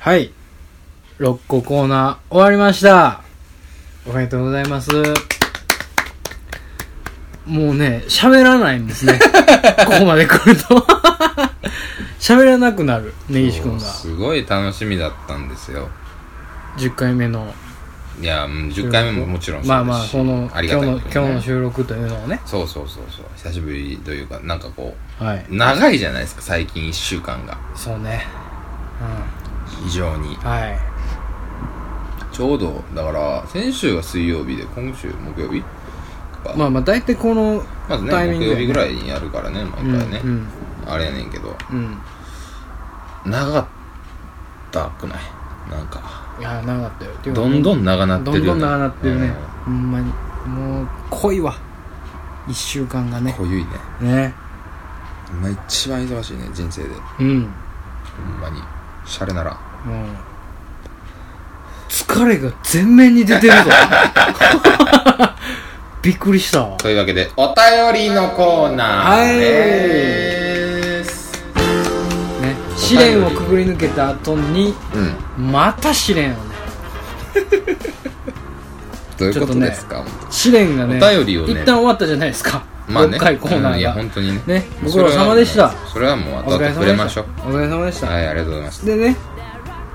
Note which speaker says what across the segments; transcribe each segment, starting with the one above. Speaker 1: はい。6個コーナー終わりました。おめでとうございます。もうね、喋らないん ですね。ここまで来ると。喋らなくなる、根岸くんが。
Speaker 2: すごい楽しみだったんですよ
Speaker 1: 10回目の。
Speaker 2: いやうん10回目ももちろん
Speaker 1: まあまあ、その、
Speaker 2: あ
Speaker 1: 今
Speaker 2: り
Speaker 1: 日
Speaker 2: がたい
Speaker 1: の、
Speaker 2: こ
Speaker 1: 今日
Speaker 2: とにね
Speaker 1: の収録というのをね。
Speaker 2: そうそうそうそう久しぶりというかなんかこ
Speaker 1: はい。
Speaker 2: う長いじゃないですか最近1週間が
Speaker 1: そうね。
Speaker 2: 非常に
Speaker 1: うん。はい。
Speaker 2: ちょうどだから先週が水曜日で今週木曜日か
Speaker 1: まあまあ、大体この
Speaker 2: まずね
Speaker 1: タイミング
Speaker 2: 木
Speaker 1: だよ
Speaker 2: 曜
Speaker 1: ね
Speaker 2: 日ぐらいにやるからね毎
Speaker 1: うん、
Speaker 2: 回ね、
Speaker 1: うん、
Speaker 2: あれやねんけど
Speaker 1: うん。
Speaker 2: 長かったくないなんか
Speaker 1: いや、長かったよ。っていうか
Speaker 2: どんどん長なって
Speaker 1: ど
Speaker 2: る
Speaker 1: んど
Speaker 2: よね
Speaker 1: ん長なってるね、
Speaker 2: うん
Speaker 1: ほんまにもう濃いわ一週間がね
Speaker 2: 濃ゆいね
Speaker 1: ね
Speaker 2: 今一番忙しいね人生で
Speaker 1: うんも
Speaker 2: ほんまにシャレなら
Speaker 1: う疲れが全面に出てる ぞびっくりしたわ
Speaker 2: というわけでお便りのコーナーでーす、
Speaker 1: ね試練をくぐり抜けた後に
Speaker 2: うん
Speaker 1: また試練をね
Speaker 2: どういう
Speaker 1: ちょ
Speaker 2: こ
Speaker 1: っと
Speaker 2: と
Speaker 1: ね
Speaker 2: ですか、
Speaker 1: 試練がね
Speaker 2: お便りをね
Speaker 1: 一旦終わったじゃないですか、
Speaker 2: まあね
Speaker 1: 6回コーナ
Speaker 2: うんいや
Speaker 1: ーが、
Speaker 2: 本当にね
Speaker 1: ね
Speaker 2: も
Speaker 1: ご
Speaker 2: う
Speaker 1: 苦労
Speaker 2: それは
Speaker 1: 様でした
Speaker 2: もうそれはもう
Speaker 1: お
Speaker 2: 後
Speaker 1: 疲れ様
Speaker 2: 々触
Speaker 1: でし
Speaker 2: れましょう
Speaker 1: たお疲れ様でした、
Speaker 2: はいありがとうございます
Speaker 1: でね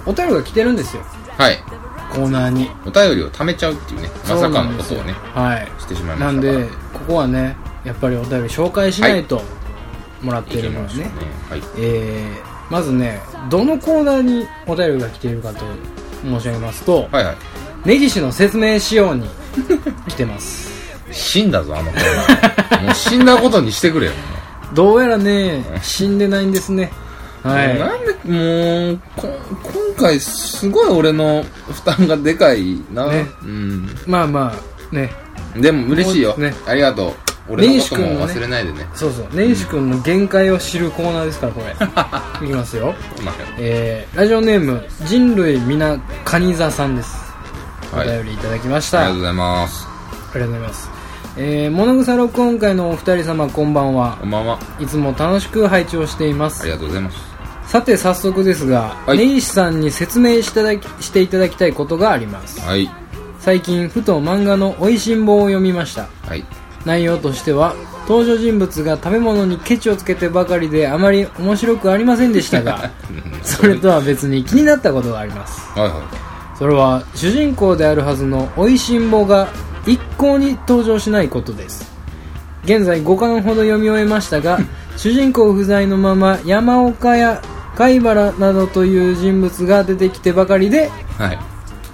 Speaker 1: お便りが来てるんですよ
Speaker 2: はい
Speaker 1: コーナーに
Speaker 2: お便りを貯めちゃうっていうねま
Speaker 1: そう
Speaker 2: さ
Speaker 1: な
Speaker 2: か
Speaker 1: ん
Speaker 2: の
Speaker 1: で
Speaker 2: こ
Speaker 1: す
Speaker 2: と
Speaker 1: よ
Speaker 2: をね
Speaker 1: はい
Speaker 2: してしまいま
Speaker 1: な
Speaker 2: した
Speaker 1: ん
Speaker 2: から
Speaker 1: でここはねやっぱりお便り紹介しないともらっ
Speaker 2: い
Speaker 1: て
Speaker 2: き
Speaker 1: るの
Speaker 2: ま
Speaker 1: で
Speaker 2: しょう
Speaker 1: ね,、
Speaker 2: ねはい
Speaker 1: えー、まずねどのコーナーにお便りが来ているかと申し上げますと、
Speaker 2: はいはい
Speaker 1: 根岸の説明仕様に来て ます
Speaker 2: 死んだぞあのコーナ ーもう死んだことにしてくれよも
Speaker 1: どうやらね死んでないんですね
Speaker 2: う
Speaker 1: はい
Speaker 2: なんでもうこ今回すごい俺の負担がでかいな、
Speaker 1: ね
Speaker 2: うん
Speaker 1: まあまあね
Speaker 2: でも嬉しいよ、
Speaker 1: ね
Speaker 2: ありがとう俺のこ
Speaker 1: 根岸
Speaker 2: とも
Speaker 1: 君のね
Speaker 2: 忘れないでね
Speaker 1: そうそう根岸君の限界を知るコーナーですからこ れいきますよ
Speaker 2: そうなんや
Speaker 1: えー、ラジオネーム人類皆カニ座さんですお
Speaker 2: はいあり
Speaker 1: 便りいただきました、
Speaker 2: がとうございます
Speaker 1: ありがとうございます。えー、物草録音会のお二人様こんばんは
Speaker 2: こ。んばんはい
Speaker 1: つも楽しく拝聴していま
Speaker 2: あ
Speaker 1: す
Speaker 2: り。がとうございます
Speaker 1: さて早速ですが、
Speaker 2: はい
Speaker 1: 根岸さんに説明していただきしていただきたいことがあります。
Speaker 2: はい
Speaker 1: 最近、ふと漫画のおいしんぼを読みました。
Speaker 2: はい
Speaker 1: 内容としては、登場人物が食べ物にケチをつけてばかりであまり面白くありませんでした が、それとは別に気になったことがあります。
Speaker 2: はいはい
Speaker 1: それは主人公であるはずのおいしんぼが一向に登場しないことです現在5巻ほど読み終えましたが主人公不在のまま山岡や貝原などという人物が出てきてばかりで
Speaker 2: はい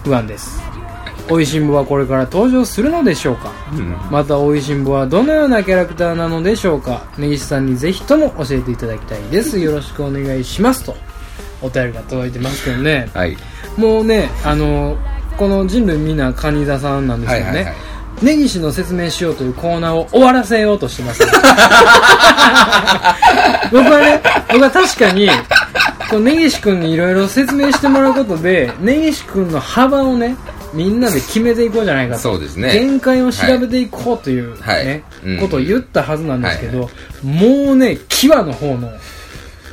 Speaker 1: 不安ですおいしんぼはこれから登場するのでしょうか
Speaker 2: うん
Speaker 1: またおいしんぼはどのようなキャラクターなのでしょうか根岸さんにぜひとも教えていただきたいですよろしくお願いしますとお便りが届いてますけどね
Speaker 2: はい
Speaker 1: もうね、あのこの人類みんなカニ座さんなんです
Speaker 2: は
Speaker 1: け
Speaker 2: い
Speaker 1: どね、
Speaker 2: はいはい
Speaker 1: 根岸の説明しようというコーナーを終わらせようとしてます、 ね、僕はね、僕は確かに、こう根岸君にいろいろ説明してもらうことで、根岸君の幅をね、みんなで決めていこうじゃないかと。
Speaker 2: そうですね
Speaker 1: 限界を調べていこうという、ね
Speaker 2: はいはいうん
Speaker 1: ことを言ったはずなんですけど、
Speaker 2: は
Speaker 1: もうね、際の方の、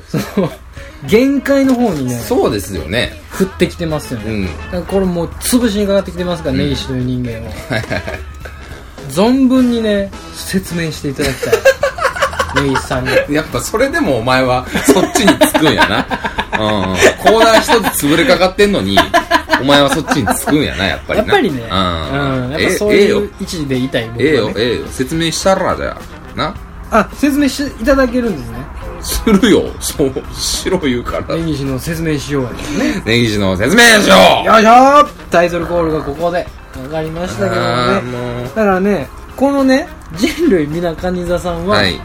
Speaker 1: その、限界の方にね、
Speaker 2: そうですよね
Speaker 1: 降ってきてますよね。
Speaker 2: うん
Speaker 1: だからこれもう潰しにかかってきてますから、根岸という人間を存分にね説明していただきた い根岸さんに
Speaker 2: やっぱそれでもお前は そっちにつくんやなうんコーナー一つ潰れかかってんのにお前はそっちにつくんやなやっぱり
Speaker 1: やっ
Speaker 2: な
Speaker 1: ぱりね、
Speaker 2: うん
Speaker 1: うんやっぱそう
Speaker 2: ええ
Speaker 1: い
Speaker 2: よ
Speaker 1: う位置でいたい僕は、ね
Speaker 2: ええよええよ説明したらじゃあな
Speaker 1: あ説明していただけるんですね
Speaker 2: するよそうしろ言うから
Speaker 1: 根岸の説明しようやですね
Speaker 2: 根岸の説明しよう
Speaker 1: よいしょータイトルコールがここでかかりましたけど
Speaker 2: あー
Speaker 1: もね
Speaker 2: もう
Speaker 1: だからねこのね人類みなかに座さんは、
Speaker 2: はい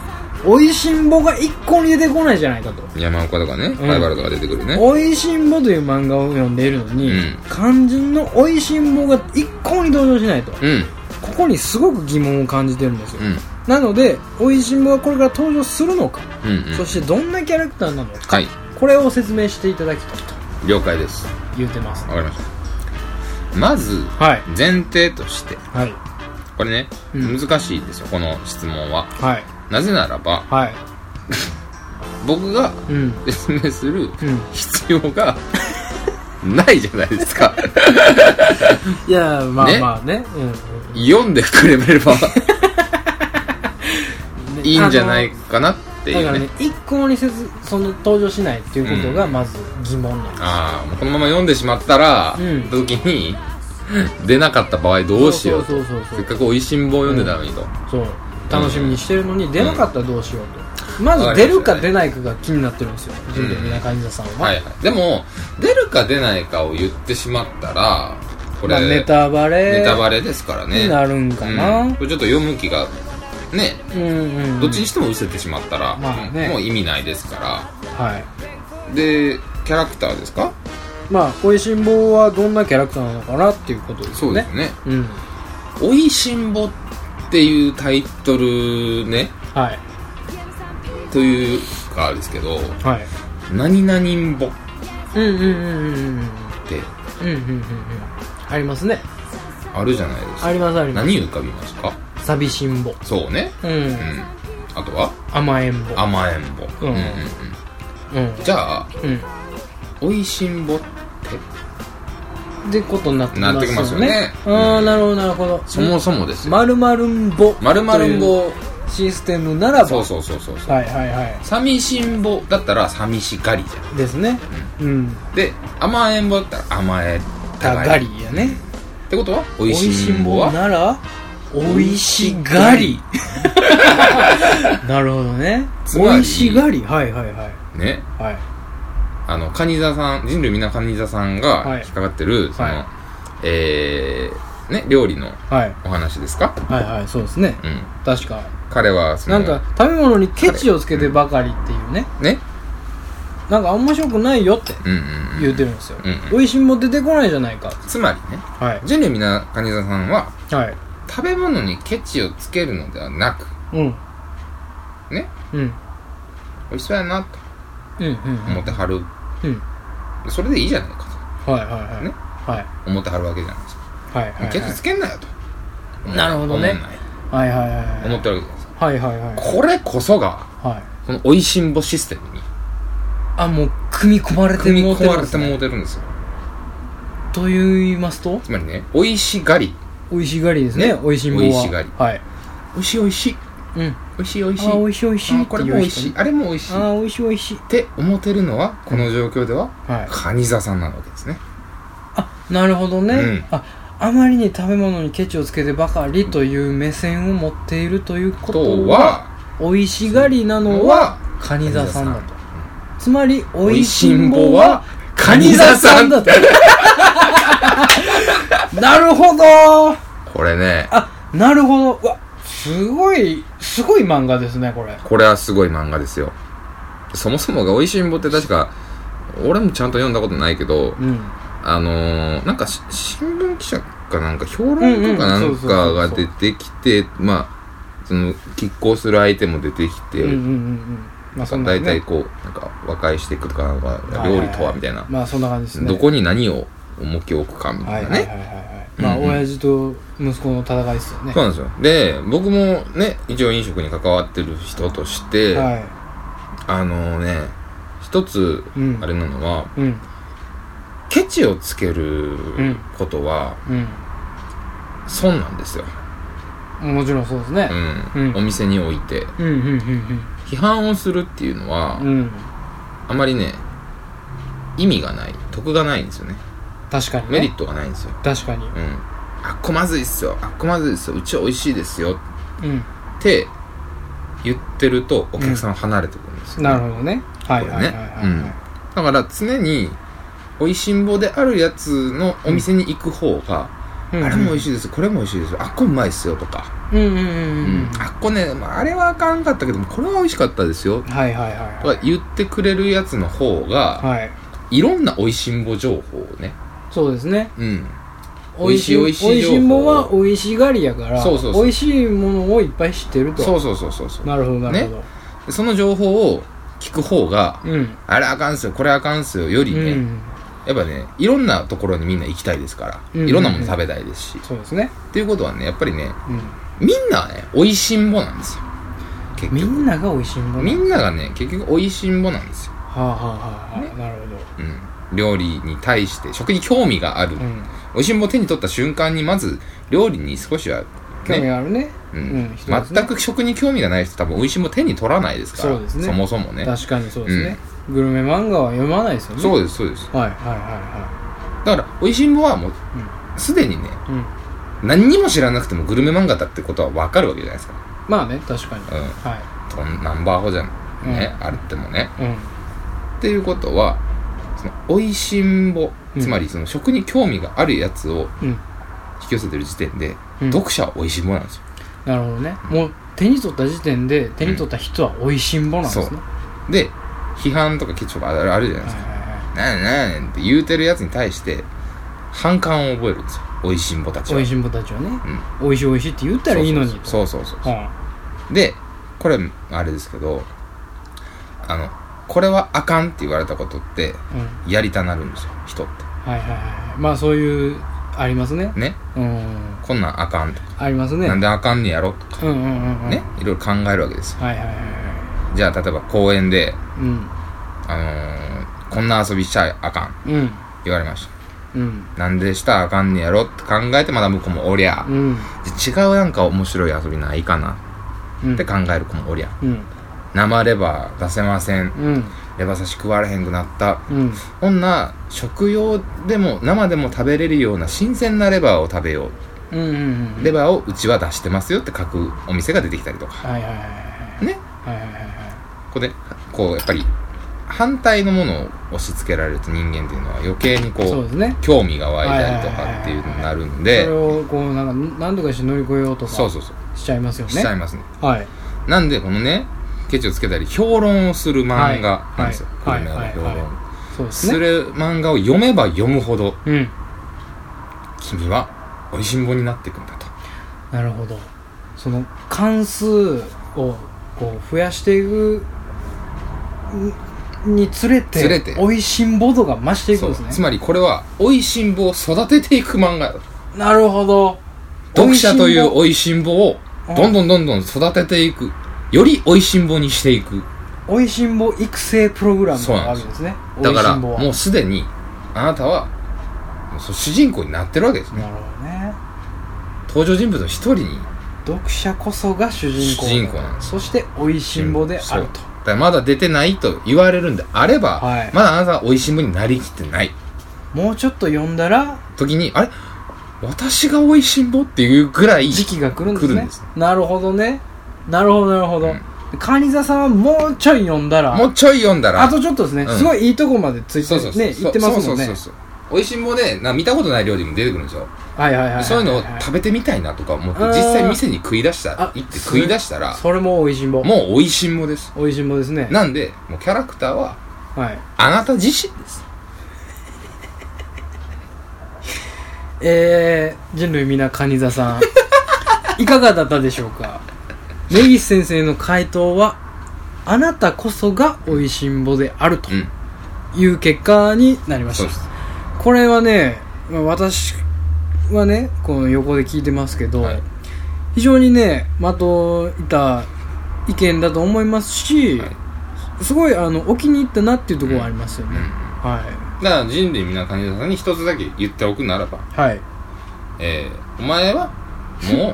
Speaker 1: おいしんぼが一向に出てこないじゃないかと
Speaker 2: 山岡とかね、バイバルとか出てくるね。
Speaker 1: おいしんぼという漫画を読んでいるのに、
Speaker 2: うん
Speaker 1: 肝心のおいしんぼが一向に登場しないと、
Speaker 2: うん、
Speaker 1: ここにすごく疑問を感じてるんですよ、
Speaker 2: うん、
Speaker 1: なのでおいしんぼがこれから登場するのか、
Speaker 2: うん、うん
Speaker 1: そ。してどんなキャラクターなのか、
Speaker 2: はい、
Speaker 1: これを説明していただきたいと
Speaker 2: 了解です。
Speaker 1: 言うてます
Speaker 2: わかりました。まず、
Speaker 1: はい
Speaker 2: 前提として、
Speaker 1: はい
Speaker 2: これね、
Speaker 1: うん
Speaker 2: 難しいですよ、この質問は。
Speaker 1: はい
Speaker 2: なぜならば、
Speaker 1: はい
Speaker 2: 僕が
Speaker 1: うん
Speaker 2: 説明する
Speaker 1: うん
Speaker 2: 必要がないじゃないで すか。
Speaker 1: いやまあ
Speaker 2: ね
Speaker 1: まあねうん
Speaker 2: 読んでくれれば
Speaker 1: うん
Speaker 2: いいんじゃない
Speaker 1: あの
Speaker 2: かなってい
Speaker 1: だから
Speaker 2: うね。
Speaker 1: ね一向にせずその登場しないっていうことがまず疑問なんです、
Speaker 2: ああ、もうこのまま読んでしまったら、
Speaker 1: うん
Speaker 2: 時に、出なかった場合どうしようと。
Speaker 1: そうそうそうそう
Speaker 2: せっかく美味しんぼを読んでたのにと。
Speaker 1: そう楽しみにしてるのに出なかったらどうしようと、ま
Speaker 2: わか
Speaker 1: ず出
Speaker 2: りましたね
Speaker 1: るか出ないかが気になってるんですよ、
Speaker 2: うん
Speaker 1: 自分で中西田さんは、
Speaker 2: はいはい。でも、出るか出ないかを言ってしまったら、これ、
Speaker 1: まあ、ネタバレ
Speaker 2: ネタバレですからね。
Speaker 1: になるんかな、
Speaker 2: うんこれちょっと読む気が、ね、
Speaker 1: うん、うんうん
Speaker 2: どっちにしても失せてしまったら、
Speaker 1: まあね
Speaker 2: うんもう意味ないですから。
Speaker 1: はい
Speaker 2: で、キャラクターですか
Speaker 1: まあ「おいしん坊」はどんなキャラクターなのかなっていうことです
Speaker 2: そ
Speaker 1: よ
Speaker 2: う
Speaker 1: ね
Speaker 2: ですね。
Speaker 1: うん
Speaker 2: おいしんぼっていうタイトルね、
Speaker 1: はい
Speaker 2: というかですけど、
Speaker 1: はい
Speaker 2: 何々んぼっ
Speaker 1: うんうんうんうんうん
Speaker 2: て
Speaker 1: うんうんうんうんありますね
Speaker 2: あるじゃないです
Speaker 1: あ
Speaker 2: か。
Speaker 1: りますあります
Speaker 2: 何浮かびますか
Speaker 1: 寂しんぼ
Speaker 2: そうね。
Speaker 1: う
Speaker 2: うんん。あとは
Speaker 1: 甘えんぼ
Speaker 2: 甘えんぼ。
Speaker 1: うん
Speaker 2: うんうん
Speaker 1: うん
Speaker 2: じゃあ、
Speaker 1: うん
Speaker 2: おいしんぼって、
Speaker 1: ってことになってきますよね
Speaker 2: なってきますよね
Speaker 1: ああ
Speaker 2: うん
Speaker 1: なるほどなるほど
Speaker 2: そもそもですよ。
Speaker 1: まるまるんぼ
Speaker 2: まるまるんぼ、
Speaker 1: システムならば
Speaker 2: そうそうそうそうそう。
Speaker 1: はいはいは
Speaker 2: 寂しんぼだったら寂しがりじゃ
Speaker 1: いですねうん
Speaker 2: ん。で、甘えんぼだったら甘えた
Speaker 1: た
Speaker 2: がり。
Speaker 1: がりやね
Speaker 2: ってことは、お
Speaker 1: お
Speaker 2: いしんぼは
Speaker 1: ならおいしがり なるほどね
Speaker 2: つま
Speaker 1: お
Speaker 2: り
Speaker 1: いしがりはいはいはい
Speaker 2: ね。
Speaker 1: はい
Speaker 2: あの、カニ座さん、人類みんなカニ座さんが
Speaker 1: はい
Speaker 2: 引っかかってる、その、
Speaker 1: はい
Speaker 2: えー、ね、料理の
Speaker 1: はい
Speaker 2: お話ですか
Speaker 1: はいはいそうですね
Speaker 2: うん。
Speaker 1: 確か
Speaker 2: 彼は、そ
Speaker 1: な
Speaker 2: の、
Speaker 1: んか食べ物にケチをつけてばかりっていうね
Speaker 2: ね。
Speaker 1: なんかあんま白くないよって
Speaker 2: うんうんうん。
Speaker 1: 言うてるんですよ
Speaker 2: うんうん
Speaker 1: おいしんぼ出てこないじゃないか
Speaker 2: つまりね、
Speaker 1: はい
Speaker 2: 人類みんなカニ座さんは、
Speaker 1: はい
Speaker 2: 食べ物にケチをつけるのではなく、
Speaker 1: うん
Speaker 2: ね、
Speaker 1: うん
Speaker 2: 美味しそうやな
Speaker 1: う
Speaker 2: と
Speaker 1: んうん
Speaker 2: 思ってはる。
Speaker 1: うんうん
Speaker 2: それでいいじゃないか
Speaker 1: はいはいはい、
Speaker 2: ね
Speaker 1: はい
Speaker 2: と思ってはるわけじゃないですか。
Speaker 1: はいはいはい
Speaker 2: ケチつけんなよと。
Speaker 1: なるほどね
Speaker 2: 思んない
Speaker 1: はいはい
Speaker 2: 思ってるわけじゃないです
Speaker 1: はいはいはいはい
Speaker 2: か。これこそが、
Speaker 1: はい
Speaker 2: この美味しんぼシステムに
Speaker 1: あもう組み込まれて
Speaker 2: 組
Speaker 1: も
Speaker 2: み
Speaker 1: うて
Speaker 2: 込ま
Speaker 1: ま
Speaker 2: れ
Speaker 1: す
Speaker 2: て
Speaker 1: ね
Speaker 2: もうてるんですよ。
Speaker 1: と言いますと
Speaker 2: つまりね、美味しがり。
Speaker 1: 美味しがりですね
Speaker 2: ね
Speaker 1: 美味しんぼは
Speaker 2: 美味しがり
Speaker 1: はい
Speaker 2: 美味しい美味しい。
Speaker 1: うん
Speaker 2: 美味しい美味し
Speaker 1: あ
Speaker 2: い。
Speaker 1: 美味しい美味しい
Speaker 2: あこれも美味しい。あれも美味しい。っ
Speaker 1: あ美味しい美味しい
Speaker 2: て思ってるのは、この状況では、
Speaker 1: はい
Speaker 2: カニ座さんなわけですね。
Speaker 1: あなるほどね、
Speaker 2: うん
Speaker 1: ああまりに食べ物にケチをつけてばかりという目線を持っているというこ
Speaker 2: こと
Speaker 1: と
Speaker 2: は
Speaker 1: は、美味しがりなのはカニ座さんだとつまり美味しんぼは
Speaker 2: カニ座さん
Speaker 1: だと なるほど
Speaker 2: これね、
Speaker 1: あなるほどうわすごいすごい漫画ですねこれ
Speaker 2: これはすごい漫画ですよ。そもそもが美味しんぼって確か、俺もちゃんと読んだことないけ
Speaker 1: う
Speaker 2: ど、
Speaker 1: ん
Speaker 2: あのー、なんかし新聞記者かなんか評論家かな
Speaker 1: うんうん
Speaker 2: ん
Speaker 1: そうそうそうそ
Speaker 2: か
Speaker 1: う
Speaker 2: が出てきて、まあ、その、拮抗する相手も出てきて、
Speaker 1: うんうんうんうんまあそんな
Speaker 2: 大体
Speaker 1: ね
Speaker 2: こう、なんか和解していくとか、なんか料理とはみたいな、
Speaker 1: まあそんな感じですね
Speaker 2: どこに何を重きを置くかみた
Speaker 1: はい
Speaker 2: いな
Speaker 1: は
Speaker 2: ね。
Speaker 1: いはいはいはいまあ
Speaker 2: うんうん
Speaker 1: 親父と息子の戦いですよね
Speaker 2: そうなんですよ。で、僕もね、一応飲食に関わってる人として、
Speaker 1: は
Speaker 2: あのね、一つ
Speaker 1: うん、
Speaker 2: あれなのは、
Speaker 1: いうん
Speaker 2: ケチをつける
Speaker 1: ん
Speaker 2: ことは、
Speaker 1: う
Speaker 2: 損なんですよ。
Speaker 1: んもちろんそうですね
Speaker 2: う
Speaker 1: う
Speaker 2: ん。
Speaker 1: ん
Speaker 2: お店において。
Speaker 1: うんうんうん
Speaker 2: 批判をするっていうのは、
Speaker 1: うんうん
Speaker 2: あまりね、意味がない。得がないんですよね。
Speaker 1: 確かに
Speaker 2: メリ
Speaker 1: ね
Speaker 2: ットがないんですよ。
Speaker 1: 確かに
Speaker 2: うん。あっこまずいっすよ。あっこまずいっすよ。うちは美味しいですよ。
Speaker 1: うん
Speaker 2: って言ってると、お客さんは離れてくるんですよ、
Speaker 1: なるほどねはいはいはいは
Speaker 2: これねうんだから常に美味しんぼであるやつのお店に行く方が、
Speaker 1: いはい
Speaker 2: あれも美味
Speaker 1: しい
Speaker 2: しいですこれも美味しいですあっこうまいっすよとか、
Speaker 1: うんうんうん
Speaker 2: う
Speaker 1: うん
Speaker 2: ん、あっこね、まあ、あれはあかんかったけどもこれは美味しかったですよ
Speaker 1: はいはいはい
Speaker 2: とか言ってくれるやつの方が
Speaker 1: はい
Speaker 2: いろんな美味しんぼ情報をね
Speaker 1: そうですね
Speaker 2: うん美
Speaker 1: 美
Speaker 2: 味
Speaker 1: 味
Speaker 2: し
Speaker 1: し
Speaker 2: い
Speaker 1: い
Speaker 2: 美
Speaker 1: 美
Speaker 2: 味
Speaker 1: 味
Speaker 2: しい情
Speaker 1: し
Speaker 2: 報
Speaker 1: いもんは美味しがりやから
Speaker 2: そうそうそう
Speaker 1: 美味しいものをいっぱい知ってると
Speaker 2: そうそうそうそうそ
Speaker 1: なるほどなるほど、
Speaker 2: うその情報を聞く方が
Speaker 1: うん
Speaker 2: あれあかんっすよこれあかんっすよより
Speaker 1: う
Speaker 2: ね、
Speaker 1: ん
Speaker 2: やっぱねいろんなところにみんな行きたいですから、
Speaker 1: うん
Speaker 2: いろんなもの食べたいですし、
Speaker 1: そうですね、
Speaker 2: っていうことはねやっぱりね
Speaker 1: う
Speaker 2: みんなはね、美味しんぼなんですよ。結
Speaker 1: ん、み
Speaker 2: 局。
Speaker 1: んなが美味しいもの
Speaker 2: みんながね、結局美味しんぼなんですよ。
Speaker 1: はあはあはあ、はあなるほど
Speaker 2: うん。料理に対して食に興味がある、
Speaker 1: うん
Speaker 2: おいしんぼを手に取った瞬間にまず料理に少しは
Speaker 1: 興味
Speaker 2: ね
Speaker 1: あるね
Speaker 2: う
Speaker 1: うんん人ですね
Speaker 2: 全く食に興味がない人多分おいしんぼ手に取らないですから
Speaker 1: そうですね
Speaker 2: もそもね
Speaker 1: 確かにそうですねグルメ漫画は読まないですよね
Speaker 2: そうですそうです
Speaker 1: はいはいは
Speaker 2: だからおいしんぼはもうすでにね
Speaker 1: いはいうん
Speaker 2: 何にも知らなくてもグルメ漫画だってことは分かるわけじゃないですか
Speaker 1: まあね確かに
Speaker 2: うん
Speaker 1: はい
Speaker 2: とんナンバーホじゃんね、あるってもね
Speaker 1: うん
Speaker 2: っていうことはそのおいしんぼ
Speaker 1: うん
Speaker 2: つまりその食に興味があるやつを
Speaker 1: うん
Speaker 2: 引き寄せてる時点で、
Speaker 1: うん
Speaker 2: 読者はおいしんぼなんですよ
Speaker 1: なるほどねもう手に取った時点で手に取った人は美味しんぼなんですね
Speaker 2: そ
Speaker 1: は
Speaker 2: うで批判とか結構あるあるじゃない
Speaker 1: い
Speaker 2: ですか
Speaker 1: は
Speaker 2: なんやなんやって言うてるやつに対して反感を覚えるんですよおいしんぼた
Speaker 1: い
Speaker 2: ち
Speaker 1: はい美
Speaker 2: は
Speaker 1: 味しんぼたちはね
Speaker 2: うん
Speaker 1: 美味しい美味しいって言ったらいいのにと
Speaker 2: そうそうそうそうそう
Speaker 1: は
Speaker 2: でこれあれですけどあのこれはあかんって言われたことって
Speaker 1: あうん
Speaker 2: やりたなるんですよ人っ
Speaker 1: はいはいはいまあそういうありますね
Speaker 2: てね
Speaker 1: うん
Speaker 2: こんなんあかんとか、
Speaker 1: ありますね
Speaker 2: なんであかんねやろとか
Speaker 1: うんうんうんうん
Speaker 2: ねいろいろ考えるわけですよ
Speaker 1: はいはいはいは
Speaker 2: じゃあ例えば公園で、
Speaker 1: いうん
Speaker 2: あのーこんな遊びしちゃあかん
Speaker 1: うん
Speaker 2: 言われまし
Speaker 1: うん
Speaker 2: たなんでしたらあかんねやろって考えてまだ向こうもおりゃ、
Speaker 1: うん
Speaker 2: 違うなんか面白い遊びないかな
Speaker 1: うん
Speaker 2: って考える子もおりゃ
Speaker 1: うん
Speaker 2: 生レバー出せません
Speaker 1: うん
Speaker 2: レバ刺し食われへんくなった
Speaker 1: うん
Speaker 2: ほんな食用でも生でも食べれるような新鮮なレバーを食べよ
Speaker 1: うんうんうん
Speaker 2: うレバーをうちは出してますよって書くお店が出てきたりと
Speaker 1: は
Speaker 2: か
Speaker 1: いはいはい
Speaker 2: ね
Speaker 1: はいはいはいはいはい
Speaker 2: ここでこうやっぱり反対のものを押し付けられると人間っていうのは余計にこ
Speaker 1: そう
Speaker 2: う
Speaker 1: ですね
Speaker 2: 興味が湧いたりとかっていうのになるん
Speaker 1: そ
Speaker 2: で
Speaker 1: れをこうなんか何とかして乗り越えようとか
Speaker 2: そうそうそう
Speaker 1: しちゃいますよね
Speaker 2: しちゃいますね
Speaker 1: はい
Speaker 2: なんでこのねケチをつけたり評論をする漫画なんですよ、
Speaker 1: はい
Speaker 2: グルメ
Speaker 1: はい
Speaker 2: の評論、
Speaker 1: はいはいそうです
Speaker 2: す
Speaker 1: ね
Speaker 2: る漫画を読めば読むほど
Speaker 1: うん
Speaker 2: 君はおいしんぼになっていくんだと
Speaker 1: なるほどその関数をこう増やしていくんにつれて
Speaker 2: つれて
Speaker 1: 美味しんぼ度が増していくんです
Speaker 2: そ
Speaker 1: ね
Speaker 2: うつまりこれはおいしんぼを育てていく漫画だと
Speaker 1: なるほど
Speaker 2: 読者という
Speaker 1: 美
Speaker 2: おいしんぼを
Speaker 1: うん
Speaker 2: どんどんどんどん育てていくよりおいしんぼにしていく
Speaker 1: 味しんぼ育成プログラムがあるんですね
Speaker 2: だか
Speaker 1: 美味
Speaker 2: ら
Speaker 1: しんぼは
Speaker 2: もうすでにあなたはもうそう主人公になってるわけですね
Speaker 1: なるほどね
Speaker 2: 登場人物の一人に
Speaker 1: 読者こそが主人公
Speaker 2: 主人公なんです
Speaker 1: そして美味しんぼで
Speaker 2: うん
Speaker 1: ある
Speaker 2: そう
Speaker 1: と、
Speaker 2: だからまだ出てないと言われるんであれば、
Speaker 1: はい
Speaker 2: まだあなたはおいしんぼになりきってない
Speaker 1: もうちょっと読んだら
Speaker 2: 時にあれ私がおいしんぼっていうぐらい
Speaker 1: 時期が来るんですね
Speaker 2: 来るんです
Speaker 1: なるほどねなるほどなるほど、カニザさんはもうちょい読んだら
Speaker 2: もうちょい読んだら
Speaker 1: あとちょっとですね、
Speaker 2: うん
Speaker 1: すごいいいとこまでついて
Speaker 2: そうそうそう
Speaker 1: ね行ってますもんね
Speaker 2: そうそうそうそうおいしんぼでな見たことない料理も出てくるんですよ、
Speaker 1: はいはいはいはい
Speaker 2: そういうのを食べてみたいなとか思って実際店に食い出した
Speaker 1: あ
Speaker 2: ら行って食い出したら
Speaker 1: それも美味しんぼ
Speaker 2: もうおいしんぼです
Speaker 1: 美味しんぼですね
Speaker 2: なんでもうキャラクターは
Speaker 1: はい
Speaker 2: あなた自身です
Speaker 1: えー、人類皆カニザ さんいかがだったでしょうか根岸先生の回答はあなたこそが美味しんぼであると
Speaker 2: うん
Speaker 1: いう結果になりまし
Speaker 2: そ
Speaker 1: た、
Speaker 2: うです
Speaker 1: これはねまあ私はねこの横で聞いてますけど、
Speaker 2: はい
Speaker 1: 非常にね的をいた意見だと思いますし、
Speaker 2: はい
Speaker 1: すごいあのお気に入ったなっていうところはありますよ
Speaker 2: う
Speaker 1: ね、
Speaker 2: ん
Speaker 1: は
Speaker 2: だから人類みんな患者さんに一つだけ言っておくならば、
Speaker 1: いはい
Speaker 2: えー、お前はも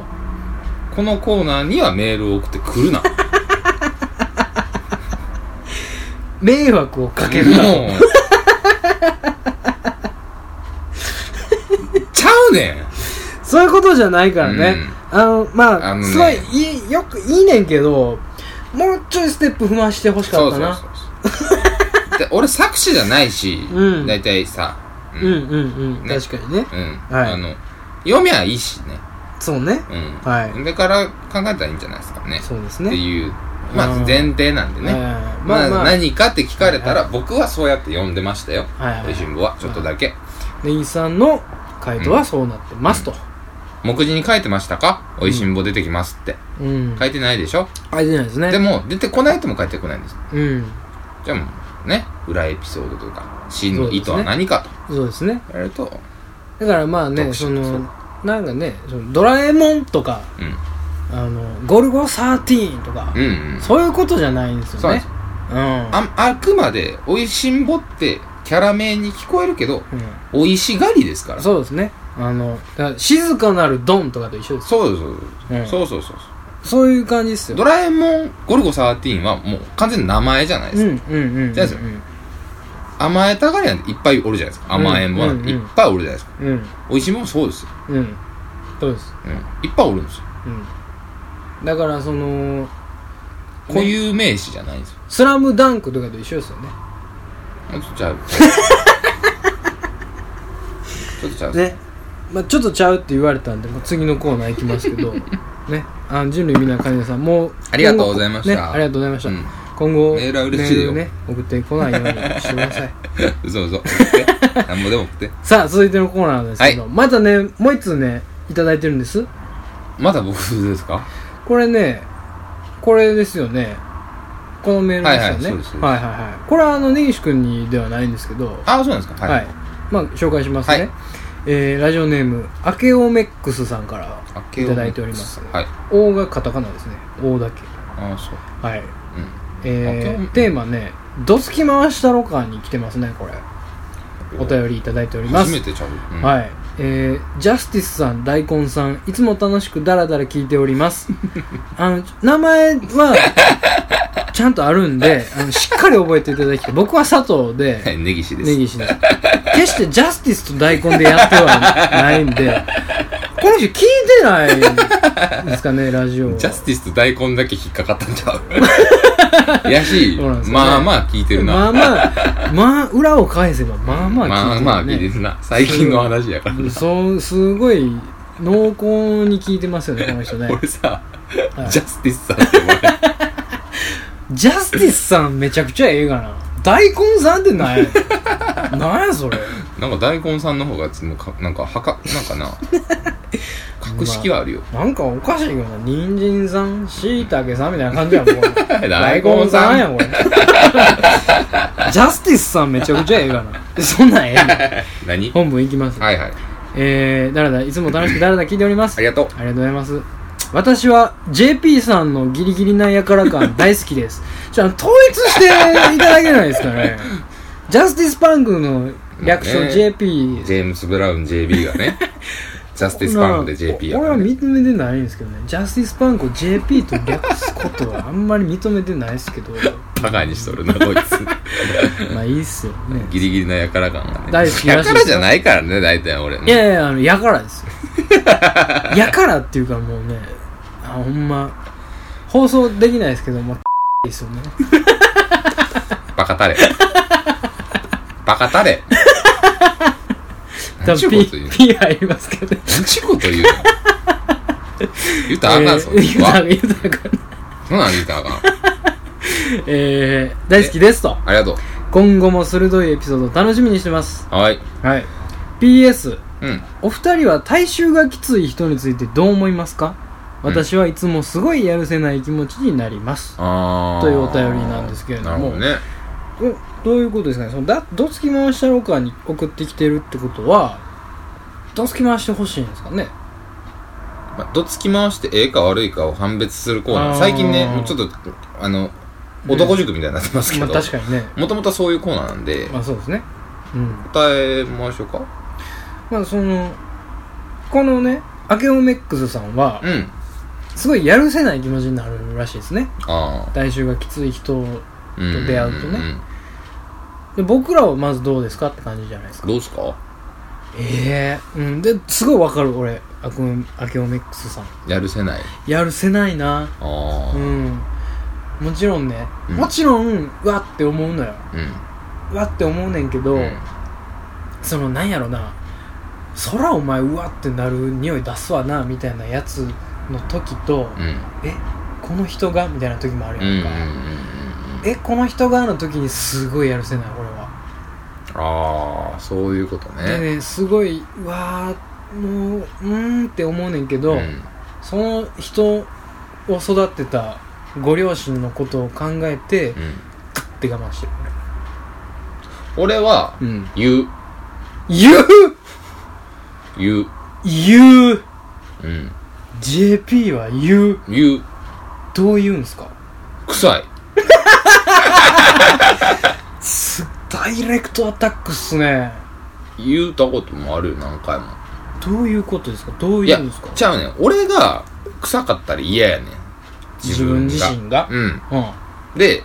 Speaker 2: うこのコーナーにはメールを送ってくるな
Speaker 1: 迷惑をかけるな
Speaker 2: もうちゃうねん
Speaker 1: そういうことじゃないからね。あの、まあ、
Speaker 2: あのね
Speaker 1: すごいいい、よく、いいねんけど、もうちょいステップ踏ましてほしかったな。
Speaker 2: そうそうそうで俺作詞じゃないし、
Speaker 1: うん
Speaker 2: 大体さう
Speaker 1: うんうんうん、
Speaker 2: ね
Speaker 1: 確かにね。
Speaker 2: うん
Speaker 1: はい
Speaker 2: あの読みゃいいしね
Speaker 1: そうね。
Speaker 2: うん、
Speaker 1: はい
Speaker 2: だから考えたらいいんじゃないですかね
Speaker 1: そうです
Speaker 2: って
Speaker 1: ね。
Speaker 2: いうま
Speaker 1: う
Speaker 2: ず
Speaker 1: ん
Speaker 2: 前提なんでね、
Speaker 1: ええ
Speaker 2: ま
Speaker 1: ま
Speaker 2: あ
Speaker 1: あまあ、ね
Speaker 2: 何かって聞かれたら、僕はそうやって読んでましたよ。
Speaker 1: はいはい
Speaker 2: おいしんぼは、ちょっとだけ。
Speaker 1: ぎさんの回答はそうなってますと。
Speaker 2: 目次に書いてましたかおいしんぼ出てきますって。
Speaker 1: うん。
Speaker 2: 書いてないでしょ
Speaker 1: あれじゃないですね。
Speaker 2: でも、出てこないとも書いてこないんです。
Speaker 1: うん。
Speaker 2: じゃあもう、ね、裏エピソードとか、真の意図は何かと
Speaker 1: そうですね。
Speaker 2: 言われると、
Speaker 1: だからまあね、
Speaker 2: 読者
Speaker 1: そ
Speaker 2: そう
Speaker 1: の、なんかね、そのドラえもんとか、
Speaker 2: うん。
Speaker 1: あの、ゴルゴ13とか
Speaker 2: う、んうん。
Speaker 1: そういうことじゃないんです
Speaker 2: そう
Speaker 1: よ
Speaker 2: なん
Speaker 1: ねう
Speaker 2: です。
Speaker 1: ん。
Speaker 2: ああくまで、おいしんぼって、キャラ名に聞こえるけど、
Speaker 1: う
Speaker 2: 美味しがりですから。
Speaker 1: ん、
Speaker 2: そう
Speaker 1: そうですねあのだから静かなるドンとかと一緒です
Speaker 2: そうそうそう、
Speaker 1: うん
Speaker 2: そうそうそう
Speaker 1: そういう感じですよ
Speaker 2: ドラえもん、ゴルゴ13はもう完全に名前じゃないで
Speaker 1: うん
Speaker 2: す
Speaker 1: う
Speaker 2: か。
Speaker 1: んうんうん
Speaker 2: じゃあですよ甘えたがりなんていっぱいおるじゃないですか。甘えんもなんていっぱいおるじゃないですか。
Speaker 1: うん
Speaker 2: 美味しいもんもそうですよ。
Speaker 1: うんそうです、
Speaker 2: うん。いっぱいおるんですよ。
Speaker 1: うん、だからその
Speaker 2: 固有名詞じゃないんですよ。
Speaker 1: 「スラムダンクとかと一緒ですよね
Speaker 2: ちょっ とちゃう。ちょっとちゃう。
Speaker 1: ね、まあ、ちょっとちゃうって言われたんでもう次のコーナー行きますけ どねあの人類みんな患者さんもう
Speaker 2: ありがとうございました
Speaker 1: 今後ね、ありがとうございました、
Speaker 2: うん
Speaker 1: 今後
Speaker 2: メールは嬉しいよ
Speaker 1: メールね送ってこないようにしてください
Speaker 2: 嘘嘘。送ってなんぼでも送って。
Speaker 1: さあ続いてのコーナーなんですけど、またねもう一通ねいただいてるんです
Speaker 2: まだ僕ですか
Speaker 1: これねこれですよねこのメールですよね
Speaker 2: はいはいそうですそうです
Speaker 1: はいはいはいこれはあの根岸君にではないんですけど
Speaker 2: あ、そうなんですか
Speaker 1: は
Speaker 2: はいい。、
Speaker 1: まあ紹介しますね、
Speaker 2: はい
Speaker 1: えーラジオネームアケオメックスさんから
Speaker 2: あ
Speaker 1: いただいております
Speaker 2: はい。
Speaker 1: 王がカタカナですね王だけ
Speaker 2: あ、そう。
Speaker 1: はい
Speaker 2: うん。
Speaker 1: え
Speaker 2: アケ
Speaker 1: ー
Speaker 2: オ、
Speaker 1: テーマね「どつき回したろか」に来てますねこれお便りいただいております
Speaker 2: 初めてちゃう。うん
Speaker 1: はいえー、ジャスティスさん大根さんいつも楽しくダラダラ聞いております あの名前はちゃんとあるんであのしっかり覚えていただきたい僕は佐藤で
Speaker 2: はい。根岸です。
Speaker 1: 根岸です決してジャスティスと大根でやってはないんでこの人聞いてないんですかねラジオ
Speaker 2: ジャスティスと大根だけ引っかかったんちゃ うやし、
Speaker 1: そうなんですよね
Speaker 2: まあまあ聞いてるな。
Speaker 1: まあまあまあ裏を返せばまあま
Speaker 2: ま
Speaker 1: あ
Speaker 2: あ
Speaker 1: 聞いてる、ね、
Speaker 2: まあ聞いてるな。最近の話やから。
Speaker 1: そうすごい濃厚に聞いてますよねこの人ね
Speaker 2: 俺さ、
Speaker 1: はい
Speaker 2: ジャスティスさんって呼ばれる
Speaker 1: ジャスティスさんめちゃくちゃええがな大根さんってなんやなんやそれ
Speaker 2: なんか大根さんの方がつもか、なんか、はか、なんか な、格式はあるよ。
Speaker 1: なんかおかしいよな人参さん椎茸さんみたいな感じやんこれ
Speaker 2: 大根さ ん
Speaker 1: やんこれジャスティスさんめちゃくちゃええが なそんなんええの
Speaker 2: 何
Speaker 1: 本文いきます、
Speaker 2: はいはい。
Speaker 1: えー、だらだいつも楽しくだらだら聞いております
Speaker 2: ありがとう。
Speaker 1: ありがとうございます。私は JP さんのギリギリなやから 感大好きです。じゃあ統一していただけないですかね。ジャスティスパンクの略
Speaker 2: まあ
Speaker 1: 称
Speaker 2: ね
Speaker 1: JP。
Speaker 2: ジェームス・ブラウン JB がね、ジャスティス・パンクで JP や
Speaker 1: 俺
Speaker 2: か
Speaker 1: は
Speaker 2: らね、
Speaker 1: 認めてないんですけどね。ジャスティスパンクを JP と略すことはあんまり認めてないですけ ど。
Speaker 2: バカにしとるな、こい つ。
Speaker 1: まあいいっすよね。
Speaker 2: ギリギリなやから感がね。
Speaker 1: 大好きら
Speaker 2: や
Speaker 1: しい
Speaker 2: か
Speaker 1: です
Speaker 2: らじゃないからね、大体俺。
Speaker 1: いやいや、あの、やから ですよ。やからっていうかもうね、あほんま、放送できないですけど、まあ、 ですよね。
Speaker 2: バカ タレ。バカタレ。
Speaker 1: 多
Speaker 2: 何ちゅ
Speaker 1: 分
Speaker 2: うこと言う
Speaker 1: P,
Speaker 2: の
Speaker 1: P 入りますけどね。
Speaker 2: 何ちゅうこと言うの言うたらあかん、そん
Speaker 1: え
Speaker 2: な
Speaker 1: ー言
Speaker 2: ん
Speaker 1: うたら
Speaker 2: は。
Speaker 1: 言うたら あかん
Speaker 2: そんなん言うたらあかん。
Speaker 1: えー大好きですと。
Speaker 2: ありがとう。
Speaker 1: 今後も鋭いエピソード楽しみにしてます。
Speaker 2: はい。
Speaker 1: はい。PS、
Speaker 2: うん。
Speaker 1: お二人は体臭がきつい人についてどう思いますか
Speaker 2: うん
Speaker 1: 私はいつもすごいやるせない気持ちになります。
Speaker 2: あー
Speaker 1: というお便りなんですけれども
Speaker 2: なるほどね。
Speaker 1: おどういうことですかねそのだどつき回したろかに送ってきてるってことは、どつき回してほしいんですかね
Speaker 2: まあ、どつき回してええか悪いかを判別するコーナ
Speaker 1: あー
Speaker 2: ー。最近ね、もうちょっと、あの、男塾みたいになってますけ
Speaker 1: ま
Speaker 2: ど、
Speaker 1: あ確かにね。
Speaker 2: もともとそういうコーナーなんで、
Speaker 1: まあそうですね。うん。
Speaker 2: 答えましょうか。
Speaker 1: まあそのこのねアケオメックスさんは
Speaker 2: うん。
Speaker 1: すごいやるせない気持ちになるらしいですね
Speaker 2: あ
Speaker 1: 体臭がきつい人
Speaker 2: あ。うん。
Speaker 1: 出会うとね
Speaker 2: んん
Speaker 1: で僕らはまずどうですかって感じじゃないですか
Speaker 2: どうすか
Speaker 1: ええうんですごいわかる俺アケアケオメックスさん
Speaker 2: やるせない。
Speaker 1: やるせないな
Speaker 2: ああ。
Speaker 1: う
Speaker 2: うん。
Speaker 1: んもちろんね、
Speaker 2: うん
Speaker 1: もちろんうわって思うのようわって思うねんけど、
Speaker 2: うん
Speaker 1: そのなんやろなそらお前うわってなる匂い出すわなみたいなやつの時と、
Speaker 2: うん。
Speaker 1: えこの人がみたいな時もある
Speaker 2: うんうん
Speaker 1: やん
Speaker 2: うんうん
Speaker 1: か、
Speaker 2: うん
Speaker 1: えこの人がの時にすごいやるせない俺は、
Speaker 2: ああそういうこと
Speaker 1: で
Speaker 2: ね
Speaker 1: ねすごいうわーもううーんって思うねんけど、
Speaker 2: ん、
Speaker 1: その人を育てたご両親のことを考えて、
Speaker 2: う
Speaker 1: グ
Speaker 2: ん、
Speaker 1: ッて我慢してる
Speaker 2: 俺は
Speaker 1: 俺うん
Speaker 2: 言う
Speaker 1: 言う
Speaker 2: 言う、
Speaker 1: 言う
Speaker 2: うん、
Speaker 1: JP は言う
Speaker 2: 言う
Speaker 1: どう言うんすか
Speaker 2: 臭い
Speaker 1: すっダイレクトアタックっすね
Speaker 2: 言うたこともあるよ、何回も。
Speaker 1: どういうことですかどう
Speaker 2: い
Speaker 1: い
Speaker 2: や
Speaker 1: うんですか、
Speaker 2: ちゃうねん俺が臭かったら嫌やねん。
Speaker 1: 自分自身が、
Speaker 2: うん。
Speaker 1: うん、
Speaker 2: で、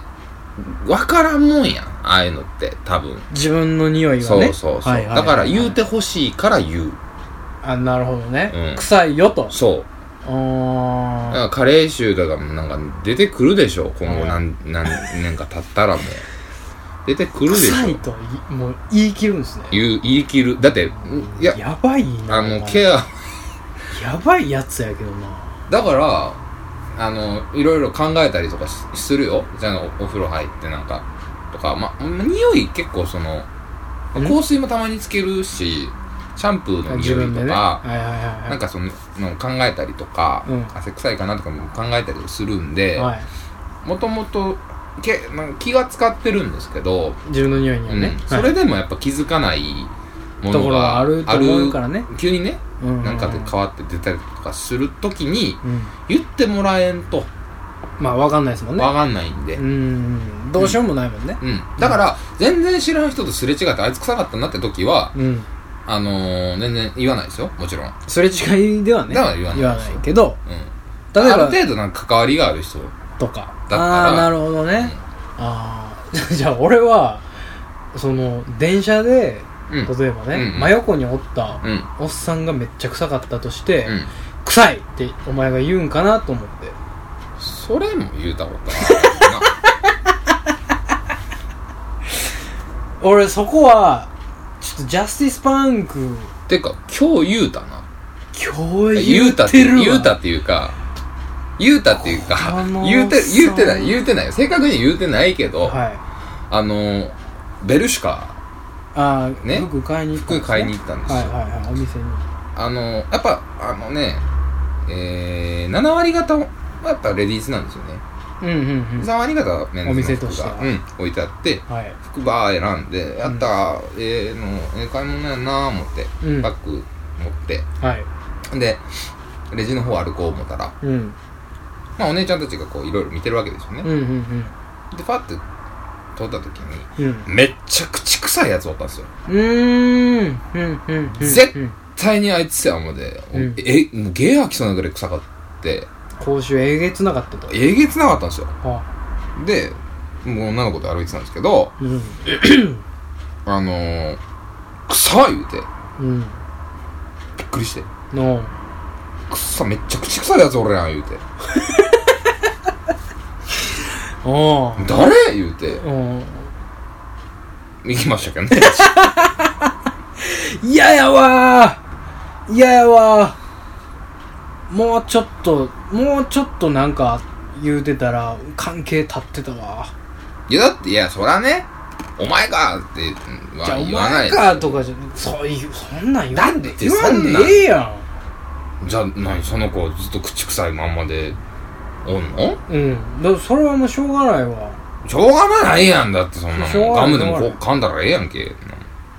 Speaker 2: わからんもんやん。ああいうのって、多分。
Speaker 1: 自分の匂いが
Speaker 2: そう
Speaker 1: ね
Speaker 2: そうそう。
Speaker 1: はいはいはい
Speaker 2: だから言うてほしいから言う。
Speaker 1: あなるほどね、
Speaker 2: うん
Speaker 1: 臭いよと
Speaker 2: そう。だか
Speaker 1: あ
Speaker 2: らカレー臭とかもなんか出てくるでしょ。今後
Speaker 1: は
Speaker 2: 何、何 年か経ったらもう。出てくるでし
Speaker 1: 臭い
Speaker 2: ょ。
Speaker 1: といもう言い切るんですね
Speaker 2: 言う、言い切る。だって、んいや、
Speaker 1: やばいな
Speaker 2: あ
Speaker 1: お
Speaker 2: の、
Speaker 1: 前
Speaker 2: ケア、
Speaker 1: やばいやつやけどな
Speaker 2: だから、あの、いろいろ考えたりとかしするよ。じゃあお、お風呂入ってなんか、とか、ま、匂い結構その、
Speaker 1: ん
Speaker 2: 香水もたまにつけるし、シャンプーの
Speaker 1: 自
Speaker 2: 匂
Speaker 1: 分
Speaker 2: い
Speaker 1: で
Speaker 2: と
Speaker 1: ね
Speaker 2: か
Speaker 1: は、いはいはいはい
Speaker 2: なんかその、の考えたりとか、
Speaker 1: うん
Speaker 2: 汗臭いかなとかも考えたりするんで、
Speaker 1: はい、
Speaker 2: もともと、けなんか気が使ってるんですけど、
Speaker 1: 自分の匂いには
Speaker 2: うん
Speaker 1: ね、
Speaker 2: それでもやっぱ気づかないも
Speaker 1: と
Speaker 2: の
Speaker 1: ころは
Speaker 2: が
Speaker 1: あると思うからね
Speaker 2: ある急にね、
Speaker 1: うん
Speaker 2: なんかで変わって出たりとかするときに、
Speaker 1: うん
Speaker 2: 言ってもらえんと
Speaker 1: まあわかんないですもんね
Speaker 2: わかんないんで、
Speaker 1: う
Speaker 2: うん
Speaker 1: んどうしようもないもんね
Speaker 2: だから全然知らん人とすれ違ってあいつ臭かったなって時は
Speaker 1: うん
Speaker 2: あのー、全然言わないですよもちろん、うん、
Speaker 1: すれ違いではね
Speaker 2: だから言わない
Speaker 1: けど例え
Speaker 2: ある
Speaker 1: ば
Speaker 2: 程度なんか関わりがある人
Speaker 1: とか
Speaker 2: だった
Speaker 1: あ
Speaker 2: ら
Speaker 1: あーなるほどね、
Speaker 2: ん
Speaker 1: ああ じゃあ俺はその電車で
Speaker 2: うん
Speaker 1: 例えばね、
Speaker 2: うんうん
Speaker 1: 真横におった
Speaker 2: うん
Speaker 1: おっさんがめっちゃ臭かったとして、
Speaker 2: うん
Speaker 1: 臭いってお前が言うんかなと思って
Speaker 2: それも言うたこと あ
Speaker 1: 俺そこはちょっとジャスティスパンク
Speaker 2: るなてか今日言うたな
Speaker 1: 今日
Speaker 2: 言
Speaker 1: 言
Speaker 2: うた
Speaker 1: っ
Speaker 2: って
Speaker 1: てるわ
Speaker 2: 言うたっていうか言うたっていうか
Speaker 1: この
Speaker 2: 言うて
Speaker 1: そう
Speaker 2: 言うてない言うてない正確に言うてないけど、
Speaker 1: はい
Speaker 2: あのー、ベルシュカ
Speaker 1: ああ、
Speaker 2: ね
Speaker 1: 服買いに行ったんですね
Speaker 2: 服買いに行ったんですよ
Speaker 1: はいはいはいお店に
Speaker 2: あの、やっぱ、あのね、えー、7割方はやっぱレディースなんですよね。
Speaker 1: うんうんうん
Speaker 2: 3割方はメンズの
Speaker 1: お店
Speaker 2: 服
Speaker 1: としては
Speaker 2: が、うん、置いてあって、
Speaker 1: はい
Speaker 2: 服ばー選んで、やったー、えー、の、ええ買い物やなー思って、
Speaker 1: うん
Speaker 2: バッグ持っ
Speaker 1: はい
Speaker 2: て、で、レジの方歩こう思ったら、
Speaker 1: うん
Speaker 2: まあお姉ちゃんたちがこういろいろ見てるわけですよね。
Speaker 1: うんうん
Speaker 2: で、パって通った時に、
Speaker 1: うんうん
Speaker 2: めっちゃ口臭いやつおったんですよ。
Speaker 1: うーんうんうんうん
Speaker 2: 絶対にあいつや思って、
Speaker 1: うん
Speaker 2: え、もうゲー吐きそうなぐらい臭かって、
Speaker 1: 口臭えげつなかったと
Speaker 2: えげつなかったんですよ。
Speaker 1: あ
Speaker 2: で、もう女の子と歩いてたんですけど、
Speaker 1: うん
Speaker 2: あのー、臭い言うて、
Speaker 1: うん
Speaker 2: びっくりして、
Speaker 1: の
Speaker 2: くっさ、めっちゃ口臭いやつ俺らん言うて、
Speaker 1: おう
Speaker 2: 誰言うて、
Speaker 1: うん
Speaker 2: 行きましたけどね。
Speaker 1: 嫌やわー嫌やわーもうちょっともうちょっとなんか言うてたら関係立ってたわ
Speaker 2: いや、だって、いや、そらね、お前かってうん
Speaker 1: じゃあ
Speaker 2: は
Speaker 1: お
Speaker 2: 言わない
Speaker 1: 前
Speaker 2: です。
Speaker 1: かとかじゃそういうそんなん言わんで
Speaker 2: だって
Speaker 1: 言わんで
Speaker 2: そんなん
Speaker 1: ええや
Speaker 2: じゃあ、何、その子ずっと口臭いまんまで、おんの
Speaker 1: んうんだからそれはもうしょうがないわ
Speaker 2: しょうがないやんだって、そんな
Speaker 1: しょう
Speaker 2: の。
Speaker 1: がな
Speaker 2: ガ
Speaker 1: い
Speaker 2: ムでもこう噛んだらええやんけ。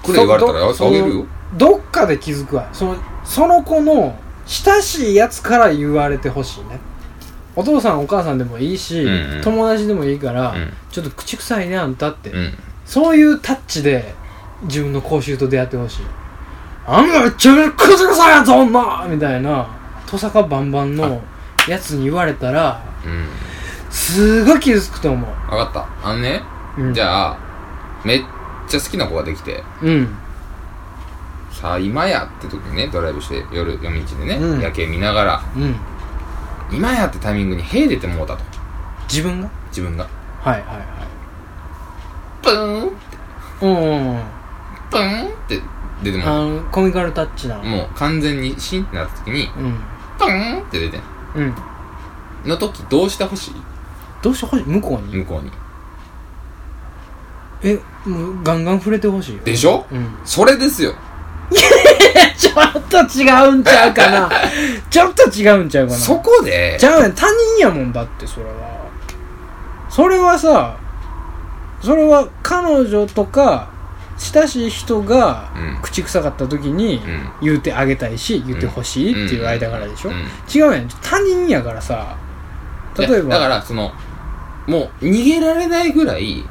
Speaker 2: くれ言われたら
Speaker 1: そ
Speaker 2: あげるよ。
Speaker 1: どっかで気づくわそのその子の親しいやつから言われてほしいねお父さんお母さんでもいいし、
Speaker 2: うんうん
Speaker 1: 友達でもいいから、
Speaker 2: うん
Speaker 1: ちょっと口臭いねあんたって、
Speaker 2: うん。
Speaker 1: そういうタッチで自分の口臭と出会ってほしいあんなめっちゃ口臭いやつ女みたいなトサカバンバンのやつに言われたら
Speaker 2: うん。
Speaker 1: すごい気づくと思う、
Speaker 2: わかった。あのね、
Speaker 1: うん、
Speaker 2: じゃあ、めっちゃ好きな子ができて、
Speaker 1: うん
Speaker 2: さあ今やって時にね、ドライブして夜夜道でね、
Speaker 1: うん
Speaker 2: 夜景見ながら、
Speaker 1: うん
Speaker 2: 今やってタイミングに屁出てもうたと。
Speaker 1: 自分が
Speaker 2: 自分が。
Speaker 1: はいはいはい
Speaker 2: プーン、
Speaker 1: うんうんうん
Speaker 2: プーンって出ても
Speaker 1: あ
Speaker 2: う
Speaker 1: のコミカルタッチな
Speaker 2: た。もう完全にシンってなった時に、
Speaker 1: うん
Speaker 2: プーンって出てん
Speaker 1: うん
Speaker 2: の時どうしてほし
Speaker 1: どうしてほしい向こうに
Speaker 2: い向こうに。
Speaker 1: えもうガンガン触れてほしいよ
Speaker 2: でしょ
Speaker 1: うん
Speaker 2: それですよ。
Speaker 1: えちょっと違うんちゃうかな ちょっと違うんちゃうかな
Speaker 2: そこで
Speaker 1: じ、ゃあ他人やもんだってそれはそれはさそれは彼女とか親しい人が
Speaker 2: うん
Speaker 1: 口臭かった時に
Speaker 2: うん
Speaker 1: 言うてあげたいし言ってほしいっていう間からでしょ、違うやん他人やからさ例えば
Speaker 2: だから、その、もう逃げられないぐらい、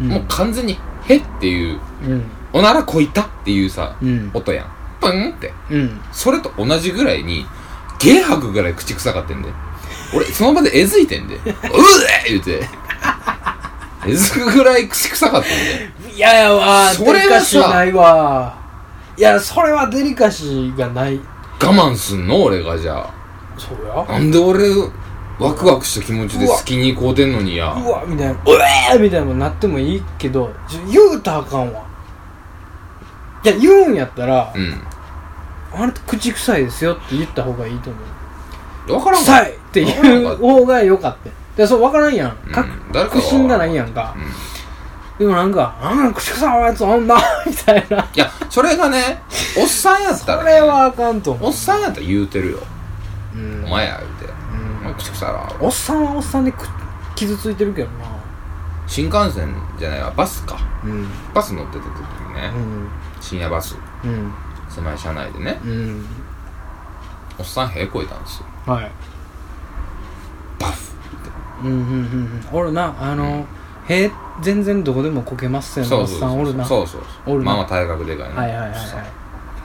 Speaker 1: うん
Speaker 2: もう完全に「へ」っていう
Speaker 1: うん
Speaker 2: 「おならこいた」っていうさ、
Speaker 1: うん
Speaker 2: 音やんプンって
Speaker 1: うん
Speaker 2: それと同じぐらいにゲー吐くぐらい口臭かってんで俺その場でえずいてんで「うえ!」言うてえずくぐらい口臭かってんで
Speaker 1: いやいやわ
Speaker 2: それはさ
Speaker 1: デリカシーないわいやそれはデリカシーがない
Speaker 2: 我慢すんの俺がじゃ
Speaker 1: そりゃ
Speaker 2: あなんで俺ワクワクした気持ちで好きに行こうてんのにや
Speaker 1: うわみたいな「うえー!」みたいなのなってもいいけどちょ言うたらあかんわいや言うんやったら
Speaker 2: うん
Speaker 1: 「あなた口臭いですよ」って言った方がいいと思う
Speaker 2: 分からん
Speaker 1: 臭いって言う方がよかったでそう分からんやん
Speaker 2: うん
Speaker 1: 確
Speaker 2: 誰か
Speaker 1: 確
Speaker 2: が
Speaker 1: 信がないやんか、でもなんか「あん口臭いやつおんな」 みたいない
Speaker 2: やそれがね おっさんやった
Speaker 1: こ
Speaker 2: らね、
Speaker 1: れはあかんと思
Speaker 2: お
Speaker 1: う
Speaker 2: っさんやったら言うてるよ
Speaker 1: うん
Speaker 2: お前や言うてお前口臭いな
Speaker 1: おっさんはおっさんでく傷ついてるけどな
Speaker 2: 新幹線じゃないわバスか
Speaker 1: うん
Speaker 2: バス乗ってた時にね、
Speaker 1: うん
Speaker 2: 深夜バス
Speaker 1: うん
Speaker 2: 狭い車内でね
Speaker 1: うん
Speaker 2: おっさん屁こいたんですよ
Speaker 1: はい
Speaker 2: バフ
Speaker 1: うんうんうんうんおるなあの、へ全然どこでもこけますよね
Speaker 2: そ
Speaker 1: お
Speaker 2: う
Speaker 1: っ
Speaker 2: そう
Speaker 1: さ
Speaker 2: そ
Speaker 1: んお
Speaker 2: う
Speaker 1: るな
Speaker 2: そうそう
Speaker 1: おるな
Speaker 2: まあまあ体格でかいね
Speaker 1: はいはいはい
Speaker 2: おっさ
Speaker 1: は
Speaker 2: ん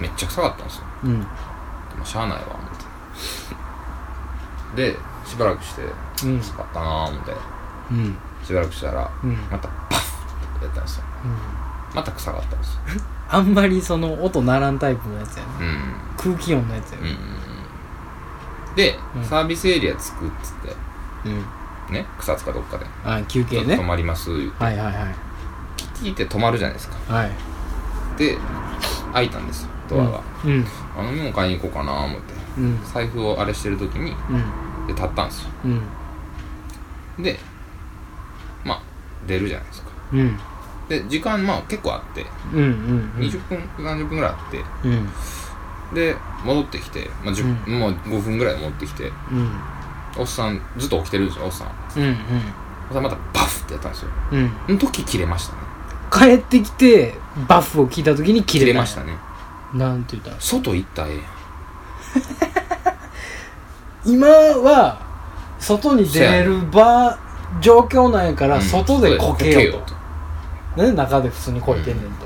Speaker 2: めっちゃ臭かったんですよ
Speaker 1: いうん
Speaker 2: でもしゃあないわ思ってでしばらくして
Speaker 1: うん
Speaker 2: 臭かったなー思って
Speaker 1: うん
Speaker 2: しばらくしたら、
Speaker 1: うん
Speaker 2: またバフってやったんですよまた臭かったんですよ
Speaker 1: あんまりその音ならんタイプのやつやね
Speaker 2: うん
Speaker 1: 空気音のやつや
Speaker 2: うんうん
Speaker 1: ね
Speaker 2: うんで、
Speaker 1: うん
Speaker 2: サービスエリア着くっつっ
Speaker 1: うん
Speaker 2: てね草津かどっかで
Speaker 1: あ休
Speaker 2: 「ちょ
Speaker 1: 憩
Speaker 2: っと
Speaker 1: ね
Speaker 2: 止まります」言うて
Speaker 1: はいはいはい
Speaker 2: キティって止まるじゃないですか
Speaker 1: はい
Speaker 2: で開いたんですよドアが、
Speaker 1: うん
Speaker 2: あの飲み物買いに行こうかな思って
Speaker 1: うん
Speaker 2: 財布をあれしてる時に
Speaker 1: うん
Speaker 2: で立ったんですよ
Speaker 1: うん
Speaker 2: でまあ出るじゃないですか
Speaker 1: うん
Speaker 2: で時間まあ結構あって
Speaker 1: うんうんうん
Speaker 2: 20分30分ぐらいあって
Speaker 1: うん
Speaker 2: で戻ってきて、まあ10もう5分ぐらい戻ってきて
Speaker 1: うん
Speaker 2: おっさんずっと起きてるんですよおっさん
Speaker 1: うん
Speaker 2: おっさんまたバフってやったんですよ
Speaker 1: うんうん
Speaker 2: その時切れましたね
Speaker 1: 帰ってきてバフを聞いた時に切
Speaker 2: 切
Speaker 1: れた
Speaker 2: れ
Speaker 1: んや
Speaker 2: ましたね
Speaker 1: なんて言ったら
Speaker 2: 外行ったらええやん
Speaker 1: 今は外に出れる場状況なんやから
Speaker 2: うん
Speaker 1: 外でこけよ、
Speaker 2: こと
Speaker 1: ね、中で普通にこいてんねんと、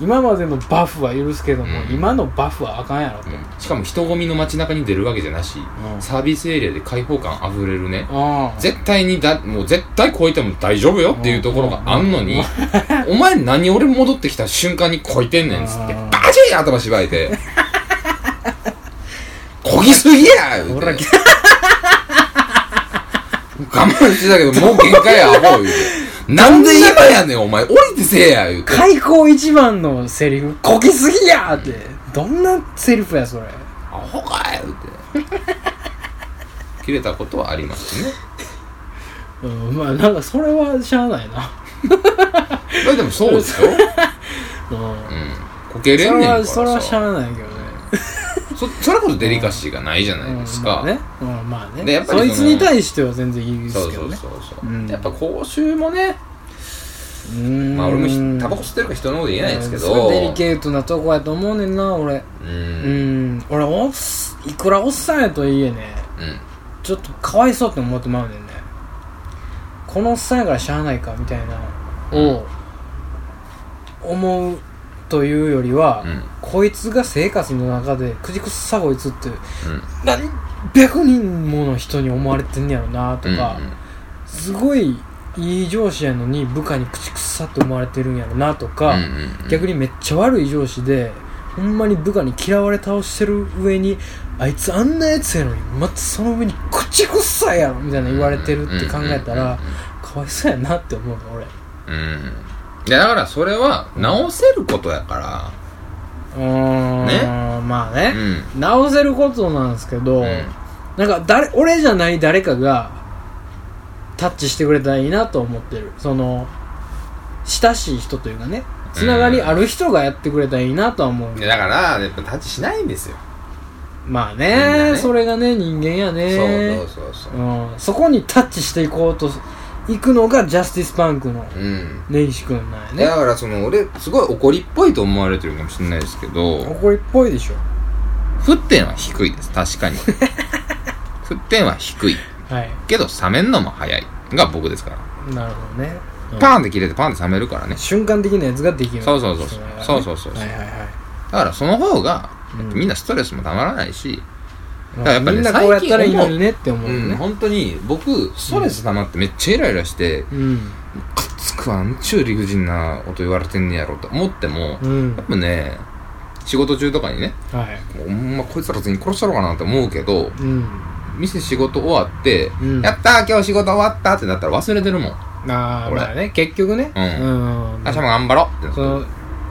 Speaker 1: 今までのバフは許すけども、
Speaker 2: うん
Speaker 1: 今のバフはあかんやろと、
Speaker 2: けよとうんしかも人混みの街中に出るわけじゃなし、
Speaker 1: うん
Speaker 2: サービスエリアで開放感あふれるね、
Speaker 1: ああ
Speaker 2: 絶対にだもう絶対超えても大丈夫よっていうところがあんのに、 お前何俺戻ってきた瞬間にこいてんねんっつって
Speaker 1: うん
Speaker 2: バチーン頭縛 いてこぎすぎや言う
Speaker 1: ほ
Speaker 2: て
Speaker 1: らき
Speaker 2: 我慢してたけどもう限界やアホ言 うてなんで今やねんお前降りてせえや言うて
Speaker 1: 開口一番のセリフ「こきすぎや!」ってどんなセリフやそれ
Speaker 2: アホかい言うて 切れたことはありますね
Speaker 1: うんまあなんかそれはしゃあないな
Speaker 2: まあでもそうで すよ、うん、
Speaker 1: うん
Speaker 2: こけ
Speaker 1: そ
Speaker 2: れんねん
Speaker 1: れ
Speaker 2: から
Speaker 1: は
Speaker 2: さ
Speaker 1: それはしゃあないけどね
Speaker 2: そそれこそデリカシーがないじゃないですか、
Speaker 1: うんまあね,、うんまあね
Speaker 2: でやっぱり
Speaker 1: そ
Speaker 2: そ
Speaker 1: い
Speaker 2: の
Speaker 1: つに対しては全然いいです
Speaker 2: そう
Speaker 1: け
Speaker 2: そ
Speaker 1: ど
Speaker 2: う
Speaker 1: ね
Speaker 2: そうそう、
Speaker 1: うん
Speaker 2: やっぱ口臭もね、
Speaker 1: うーん
Speaker 2: まあ、俺もひタバコ吸ってるから人のこと言えないですけど
Speaker 1: うんそれデリケートなとこやと思うねんな俺
Speaker 2: う
Speaker 1: うんん俺おっすいくらおっさんやとはいえね
Speaker 2: うん
Speaker 1: ちょっとかわいそうって思ってまうねんねこのおっさんやからしゃあないかみたいなを思うというよりは、
Speaker 2: うん
Speaker 1: こいつが生活の中でくじくっさこいつって
Speaker 2: うん
Speaker 1: 何百人もの人に思われてんやろなとか、
Speaker 2: うん
Speaker 1: すごいいい上司やのに部下に口くさって思われてるんやろなとか、
Speaker 2: うんうんうん
Speaker 1: 逆にめっちゃ悪い上司でほんまに部下に嫌われ倒してる上にあいつあんなやつやのにまたその上に口くさいやろみたいな言われてるって考えたらかわいそうやなって思うの俺
Speaker 2: うんいやだからそれは直せることやか
Speaker 1: うーんまあ
Speaker 2: らう
Speaker 1: ね、
Speaker 2: ん
Speaker 1: 直せることなんですけど、
Speaker 2: うん
Speaker 1: なんか誰俺じゃない誰かがタッチしてくれたらいいなと思ってるその親しい人というかねつながりある人がやってくれたらいいなとは思う、
Speaker 2: いやだからやっぱタッチしないんですよ
Speaker 1: まあ
Speaker 2: みんな
Speaker 1: ね
Speaker 2: ね
Speaker 1: それがね人間やね
Speaker 2: そうそうそうそう
Speaker 1: うん、そこにタッチしていこうと行くのがジャスティスパンクの
Speaker 2: うん
Speaker 1: 根岸君なん
Speaker 2: い
Speaker 1: やね
Speaker 2: やだからその俺すごい怒りっぽいと思われてるかもしれないですけど
Speaker 1: 怒りっぽいでしょ
Speaker 2: 沸点は低いです 確かに沸点は低い
Speaker 1: はい
Speaker 2: けど冷めんのも早いが僕ですから
Speaker 1: なるほどねうん
Speaker 2: パーンって切れてパンって冷めるからね
Speaker 1: 瞬間的なやつができる
Speaker 2: そうそうそうそう
Speaker 1: れはね
Speaker 2: そうそうそうそう
Speaker 1: はいはいはい
Speaker 2: だからその方が
Speaker 1: うん
Speaker 2: みんなストレスもたまらないし、
Speaker 1: ま
Speaker 2: だから
Speaker 1: あ
Speaker 2: やっぱね
Speaker 1: みんなこうやったらいいのにねって思う
Speaker 2: う
Speaker 1: よ
Speaker 2: ん、
Speaker 1: ね
Speaker 2: 本当に僕ストレス溜まってめっちゃイライラして、
Speaker 1: うん
Speaker 2: かっつくわんちゅう理不尽なこと言われてんねやろと思っても、
Speaker 1: うん
Speaker 2: やっぱね仕事中とかにね
Speaker 1: はい
Speaker 2: ほんまこいつら全員殺したろうかなって思うけど
Speaker 1: うん
Speaker 2: 店仕事終わって、
Speaker 1: うん
Speaker 2: やったー今日仕事終わったってなったら忘れてるもん
Speaker 1: ああ
Speaker 2: 俺
Speaker 1: まあね結局ね
Speaker 2: う
Speaker 1: うん
Speaker 2: 明日も頑張ろうって
Speaker 1: その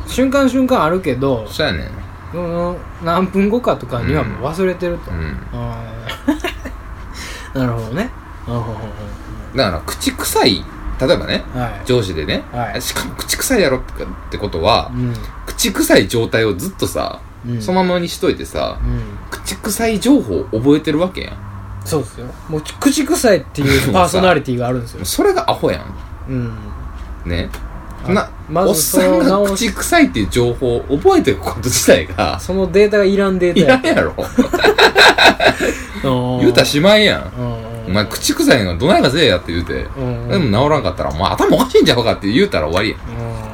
Speaker 1: 瞬間瞬間あるけど
Speaker 2: そうやねん
Speaker 1: その何分後かとかにはもう忘れてると、
Speaker 2: うん
Speaker 1: あーなるほどねうんうんうんうん
Speaker 2: だから口臭い例えばね
Speaker 1: はい
Speaker 2: 上司でね、
Speaker 1: はい
Speaker 2: しかも口臭いやろってってことは、
Speaker 1: うん
Speaker 2: 口臭い状態をずっとさ、
Speaker 1: うん
Speaker 2: そのままにしといてさ、
Speaker 1: うん
Speaker 2: 口臭い情報を覚えてるわけやん
Speaker 1: そうですよもう口臭いっていうパーソナリティがあるんですよ、
Speaker 2: それがアホやん
Speaker 1: うん、
Speaker 2: ね
Speaker 1: あ
Speaker 2: な、
Speaker 1: まず
Speaker 2: おっさん
Speaker 1: その
Speaker 2: が
Speaker 1: 直し
Speaker 2: 口臭いっていう情報を覚えていくこと自体が
Speaker 1: そのデータがいらんデー
Speaker 2: い
Speaker 1: タ
Speaker 2: らん
Speaker 1: や
Speaker 2: やろ言
Speaker 1: 言
Speaker 2: うたらしまいやんお
Speaker 1: お
Speaker 2: 前口臭いのがどないかせえやって言うて、
Speaker 1: うん
Speaker 2: でも治らんかったら、お前頭おかしいんちゃうかって言うたら終わりやん。
Speaker 1: うんは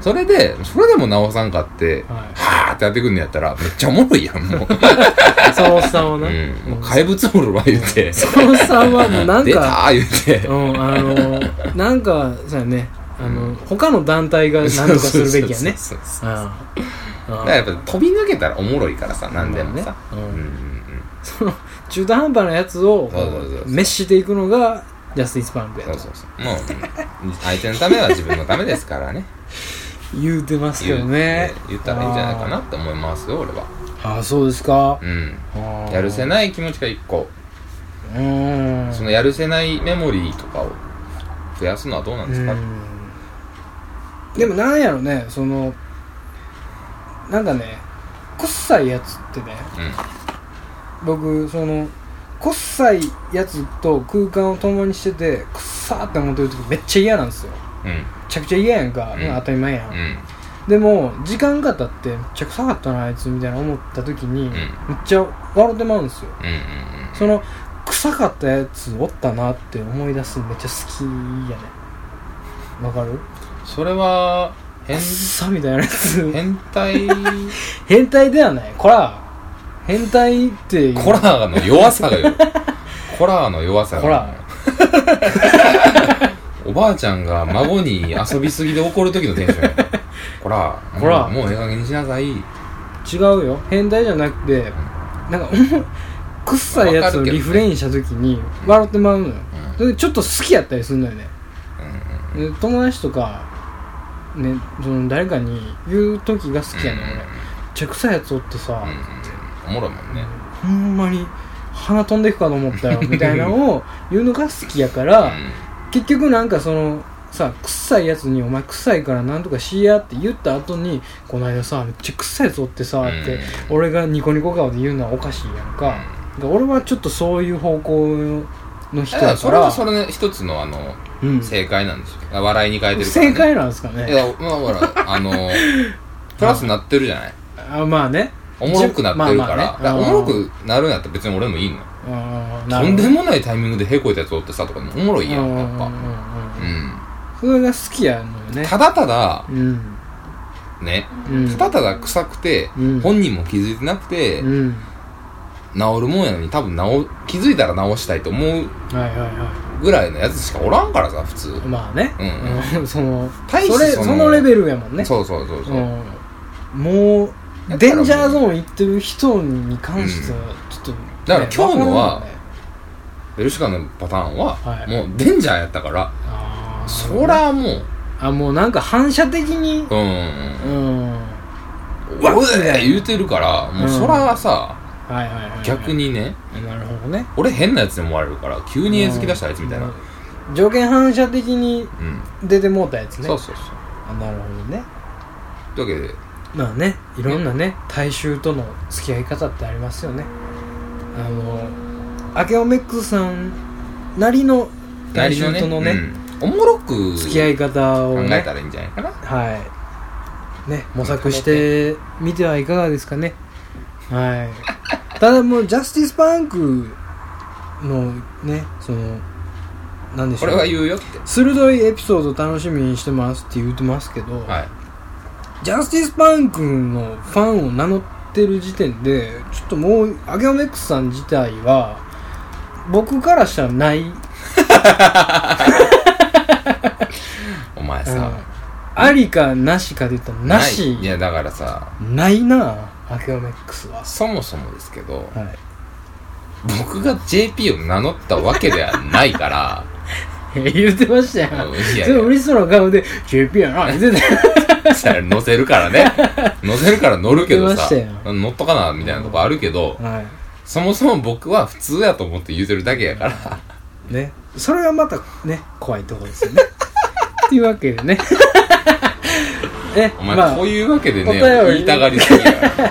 Speaker 2: それで、それでも治さんかって、はい ーってやってくんのやったら、めっちゃおもろいやん、もう。
Speaker 1: そのおっさんをな、
Speaker 2: うん。もう
Speaker 1: うん
Speaker 2: 怪物おるわ、言うて。
Speaker 1: そのおっさんはもうなん
Speaker 2: 出た
Speaker 1: か
Speaker 2: ー言うて
Speaker 1: う。んあのなんかそうやねあの、他の団体が何とかするべきやね
Speaker 2: そうそうそうそう
Speaker 1: うん
Speaker 2: だ
Speaker 1: う
Speaker 2: からや
Speaker 1: ん
Speaker 2: っぱ飛び抜けたらおもろいからさ、なんでもさ。
Speaker 1: うん
Speaker 2: うんうん
Speaker 1: その中途半端なやつを
Speaker 2: そうそうそうそう
Speaker 1: 滅していくのがジャスティスパンク
Speaker 2: うん。そ
Speaker 1: や
Speaker 2: うそうそう。もう、相手のためは自分のためですか らね。
Speaker 1: と言うてますけ
Speaker 2: 言
Speaker 1: ど
Speaker 2: う
Speaker 1: ね
Speaker 2: 言ったらいいんじゃないかなって思いますよ、俺は。
Speaker 1: あーあーそうですか
Speaker 2: うん。
Speaker 1: あー
Speaker 2: やるせない気持ちが一個。
Speaker 1: うーん
Speaker 2: そのやるせないメモリーとかを増やすのはどうなんですか、
Speaker 1: うんでもなんやろねそのなんかね臭いやつってね
Speaker 2: う
Speaker 1: 僕その臭いやつと空間を共にしてて臭って思ってる時めっちゃ嫌なんですよ
Speaker 2: んうん
Speaker 1: めちゃくちゃ嫌やんか、
Speaker 2: うん
Speaker 1: 当たり前やん、
Speaker 2: うん
Speaker 1: でも時間が経ってめっちゃ臭かったなあいつみたいな思った時に、めっちゃ笑ってまうんですよ
Speaker 2: うんうん
Speaker 1: その臭かったやつおったなって思い出すのめっちゃ好きやねわかる
Speaker 2: うんそれは変
Speaker 1: 臭みたいなやつ
Speaker 2: 変態
Speaker 1: 変態ではないこら変態っていう
Speaker 2: コラーの弱 さがよコラーの弱さが
Speaker 1: コラ
Speaker 2: おばあちゃんが孫に遊びすぎで怒る時のテンションやコラー
Speaker 1: コラー
Speaker 2: もうもうええ加減にしなさい
Speaker 1: 違うよ変態じゃなくてなんか 臭いやつをリフレインした時に笑ってまうのよ
Speaker 2: うん
Speaker 1: それでちょっと好きやったりするのよね
Speaker 2: うん
Speaker 1: で友達とかねその誰かに言う時が好きやねん俺めっちゃ臭いやつおってさ
Speaker 2: うんうんおもろいもんね
Speaker 1: ほんまに鼻飛んでくかと思ったよみたいなのを言うのが好きや から、結局なんかそのさ臭いやつに「お前臭いからなんとかしや」って言った後に「この間さめっちゃ臭いやつおってさ」って、俺がニコニコ顔で言うのはおかしいやんか、だから俺はちょっとそういう方向の人
Speaker 2: だ
Speaker 1: や
Speaker 2: か
Speaker 1: からら
Speaker 2: それはそれね一つのあの
Speaker 1: うん、
Speaker 2: 正解なんですよ、笑いに変えてるから、ね、
Speaker 1: 正解なんですか
Speaker 2: い
Speaker 1: ね
Speaker 2: や、まあほら、あのー、プラスになってるじ ゃない
Speaker 1: あまあね
Speaker 2: おもろくなってるから。
Speaker 1: まあまあね
Speaker 2: だからおもろくなるんやったら別に俺もいいの。
Speaker 1: うん
Speaker 2: とんでもないタイミングでへこいたやつおってさとかもおもろいや、
Speaker 1: うんんう
Speaker 2: や
Speaker 1: ん
Speaker 2: っ
Speaker 1: う
Speaker 2: ぱ。
Speaker 1: ん
Speaker 2: う
Speaker 1: うん
Speaker 2: ん。
Speaker 1: それが好きやのよね
Speaker 2: ただただ、
Speaker 1: うん
Speaker 2: ね、
Speaker 1: うん
Speaker 2: ただただ臭くて
Speaker 1: うん、
Speaker 2: 本人も気づいてなくて
Speaker 1: う、ん
Speaker 2: 治るもんやのに多分治、気づいたら治したいと思う
Speaker 1: はいはいは
Speaker 2: ぐらいのやつしかおらんからさ、普通
Speaker 1: い。まあね、
Speaker 2: う ん
Speaker 1: うん、その
Speaker 2: 大して
Speaker 1: それ
Speaker 2: その
Speaker 1: そのレベルやもんね
Speaker 2: そうそうそうそう。
Speaker 1: うんもうデンジャーゾーン行ってる人に関してはちょっとね、
Speaker 2: だから今日のは
Speaker 1: わからんよね
Speaker 2: ベルシカのパターンは
Speaker 1: は、い
Speaker 2: もうデンジャーやったから、
Speaker 1: あー
Speaker 2: そらもう、
Speaker 1: あもうなんか反射的に
Speaker 2: うんうん。
Speaker 1: うんは
Speaker 2: わうえ言うてるからもうそらさ、
Speaker 1: いはいはいはい
Speaker 2: 逆にね
Speaker 1: なるほどね
Speaker 2: 俺変なやつで思われるから急に絵好き出したあいつみたいなうん、
Speaker 1: うん条件反射的に出てもうたやつね
Speaker 2: そうそうそう
Speaker 1: あなるほどね
Speaker 2: というわけで
Speaker 1: まあねいろんなね大衆との付き合い方ってありますよねあのアケオメックスさんなりの大衆とのね
Speaker 2: うんおもろく
Speaker 1: 付き合い方
Speaker 2: 考
Speaker 1: を、ね、
Speaker 2: えたらいいんじゃないかな、
Speaker 1: はい。ね、模索してみてはいかがですかね。はい。ただもう、ジャスティスパンクのね、その、なんでしょう
Speaker 2: これは言うよって
Speaker 1: 鋭いエピソード楽しみにしてますって言ってますけど、
Speaker 2: はい
Speaker 1: ジャスティスパン君のファンを名乗ってる時点でちょっともうアゲオネックスさん自体は僕からしたらない、うん
Speaker 2: お前さ
Speaker 1: ありかなしかで言ったらなし
Speaker 2: いいやだからさ
Speaker 1: ないなアゲオネックスは、
Speaker 2: そもそもですけど
Speaker 1: はい、
Speaker 2: 僕が JP を名乗ったわけではないから
Speaker 1: 言ってましたよ
Speaker 2: うんいやいや
Speaker 1: でも嬉しそうな顔で JP やな言ってたよ
Speaker 2: そしたら乗せるか らね乗せるから乗るけどさ
Speaker 1: 乗ってました
Speaker 2: 乗っとかなみたいなとこあるけど
Speaker 1: はい
Speaker 2: そもそも僕は普通やと思って言うてるだけや から
Speaker 1: ねそれがまたね怖いところですよねっていうわけで ねね
Speaker 2: お前、
Speaker 1: ま
Speaker 2: こう
Speaker 1: あ
Speaker 2: いうわけでね
Speaker 1: お便り
Speaker 2: 言いたがりすぎや から今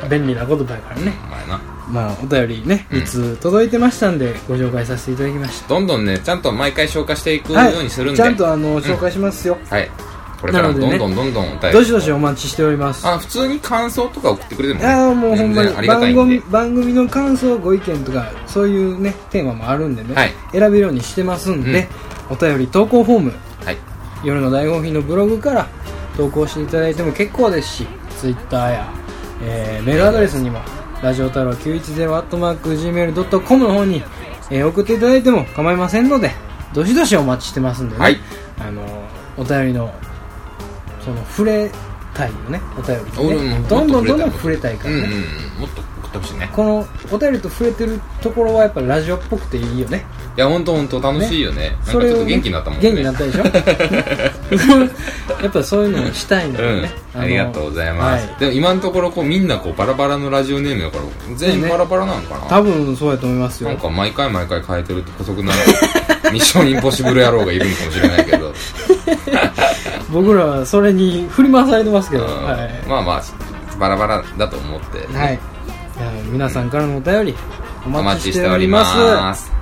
Speaker 2: 回
Speaker 1: 便利な言葉やからね
Speaker 2: お前な
Speaker 1: まあお便りねいつ届いてましたんでご紹介させていただきまし
Speaker 2: どんどんねちゃんと毎回消化していく
Speaker 1: たは
Speaker 2: よ
Speaker 1: いう
Speaker 2: にするん
Speaker 1: ち
Speaker 2: で、
Speaker 1: ゃんとあの紹介しますよ
Speaker 2: はいこれから
Speaker 1: な
Speaker 2: も
Speaker 1: ので
Speaker 2: ど
Speaker 1: ね
Speaker 2: んどんどんどんお便り
Speaker 1: どしどしお待ちしております
Speaker 2: あ普通に感想とか送ってくれても、
Speaker 1: いやーもうほんまに
Speaker 2: 全然ありがたい
Speaker 1: 番
Speaker 2: んで
Speaker 1: 組番組の感想ご意見とかそういうねテーマもあるんでね、
Speaker 2: はい
Speaker 1: 選べるようにしてますんで、お便り投稿フォーム
Speaker 2: はい
Speaker 1: 夜の大本品のブログから投稿していただいても結構ですし Twitter や、えーメールアドレスにもラジオ太郎 910-gmail.com の方に、えー送っていただいても構いませんのでどしどしお待ちしてますんでね、
Speaker 2: はい
Speaker 1: あのーお便りのその触れたいよねお便りに
Speaker 2: 俺
Speaker 1: ね
Speaker 2: も
Speaker 1: どんどんどんど
Speaker 2: も
Speaker 1: ん
Speaker 2: っと
Speaker 1: 触れたいから
Speaker 2: う
Speaker 1: ね、
Speaker 2: んうんうんもっと送ってほしいね
Speaker 1: このお便りと触れてるところはやっぱラジオっぽくていいよね
Speaker 2: いやほんとほんと楽しいよねなんかち
Speaker 1: それを
Speaker 2: ょっと
Speaker 1: ね
Speaker 2: 元気になったもんね
Speaker 1: 元気になったでしょやっぱそういうのをしたいのでね、
Speaker 2: うん、
Speaker 1: の
Speaker 2: ありがとうございます、
Speaker 1: は
Speaker 2: でも今のところこうみんなこうバラバラのラジオネームやから全員
Speaker 1: ね
Speaker 2: バラバラなのかな、
Speaker 1: 多分そうやと思います
Speaker 2: なん
Speaker 1: よ
Speaker 2: か毎回毎回変えてると姑 息なミッションインポッシブル野郎がいるのかもしれないけど、
Speaker 1: 僕らはそれに振り回されてますけ
Speaker 2: うん
Speaker 1: ど、 はい、
Speaker 2: まあまあバラバラだと思って、
Speaker 1: はい、いや皆さんからのお便りお
Speaker 2: お
Speaker 1: 待
Speaker 2: 待
Speaker 1: ち
Speaker 2: ち
Speaker 1: し
Speaker 2: してて
Speaker 1: お
Speaker 2: お
Speaker 1: り
Speaker 2: り
Speaker 1: ま
Speaker 2: ますす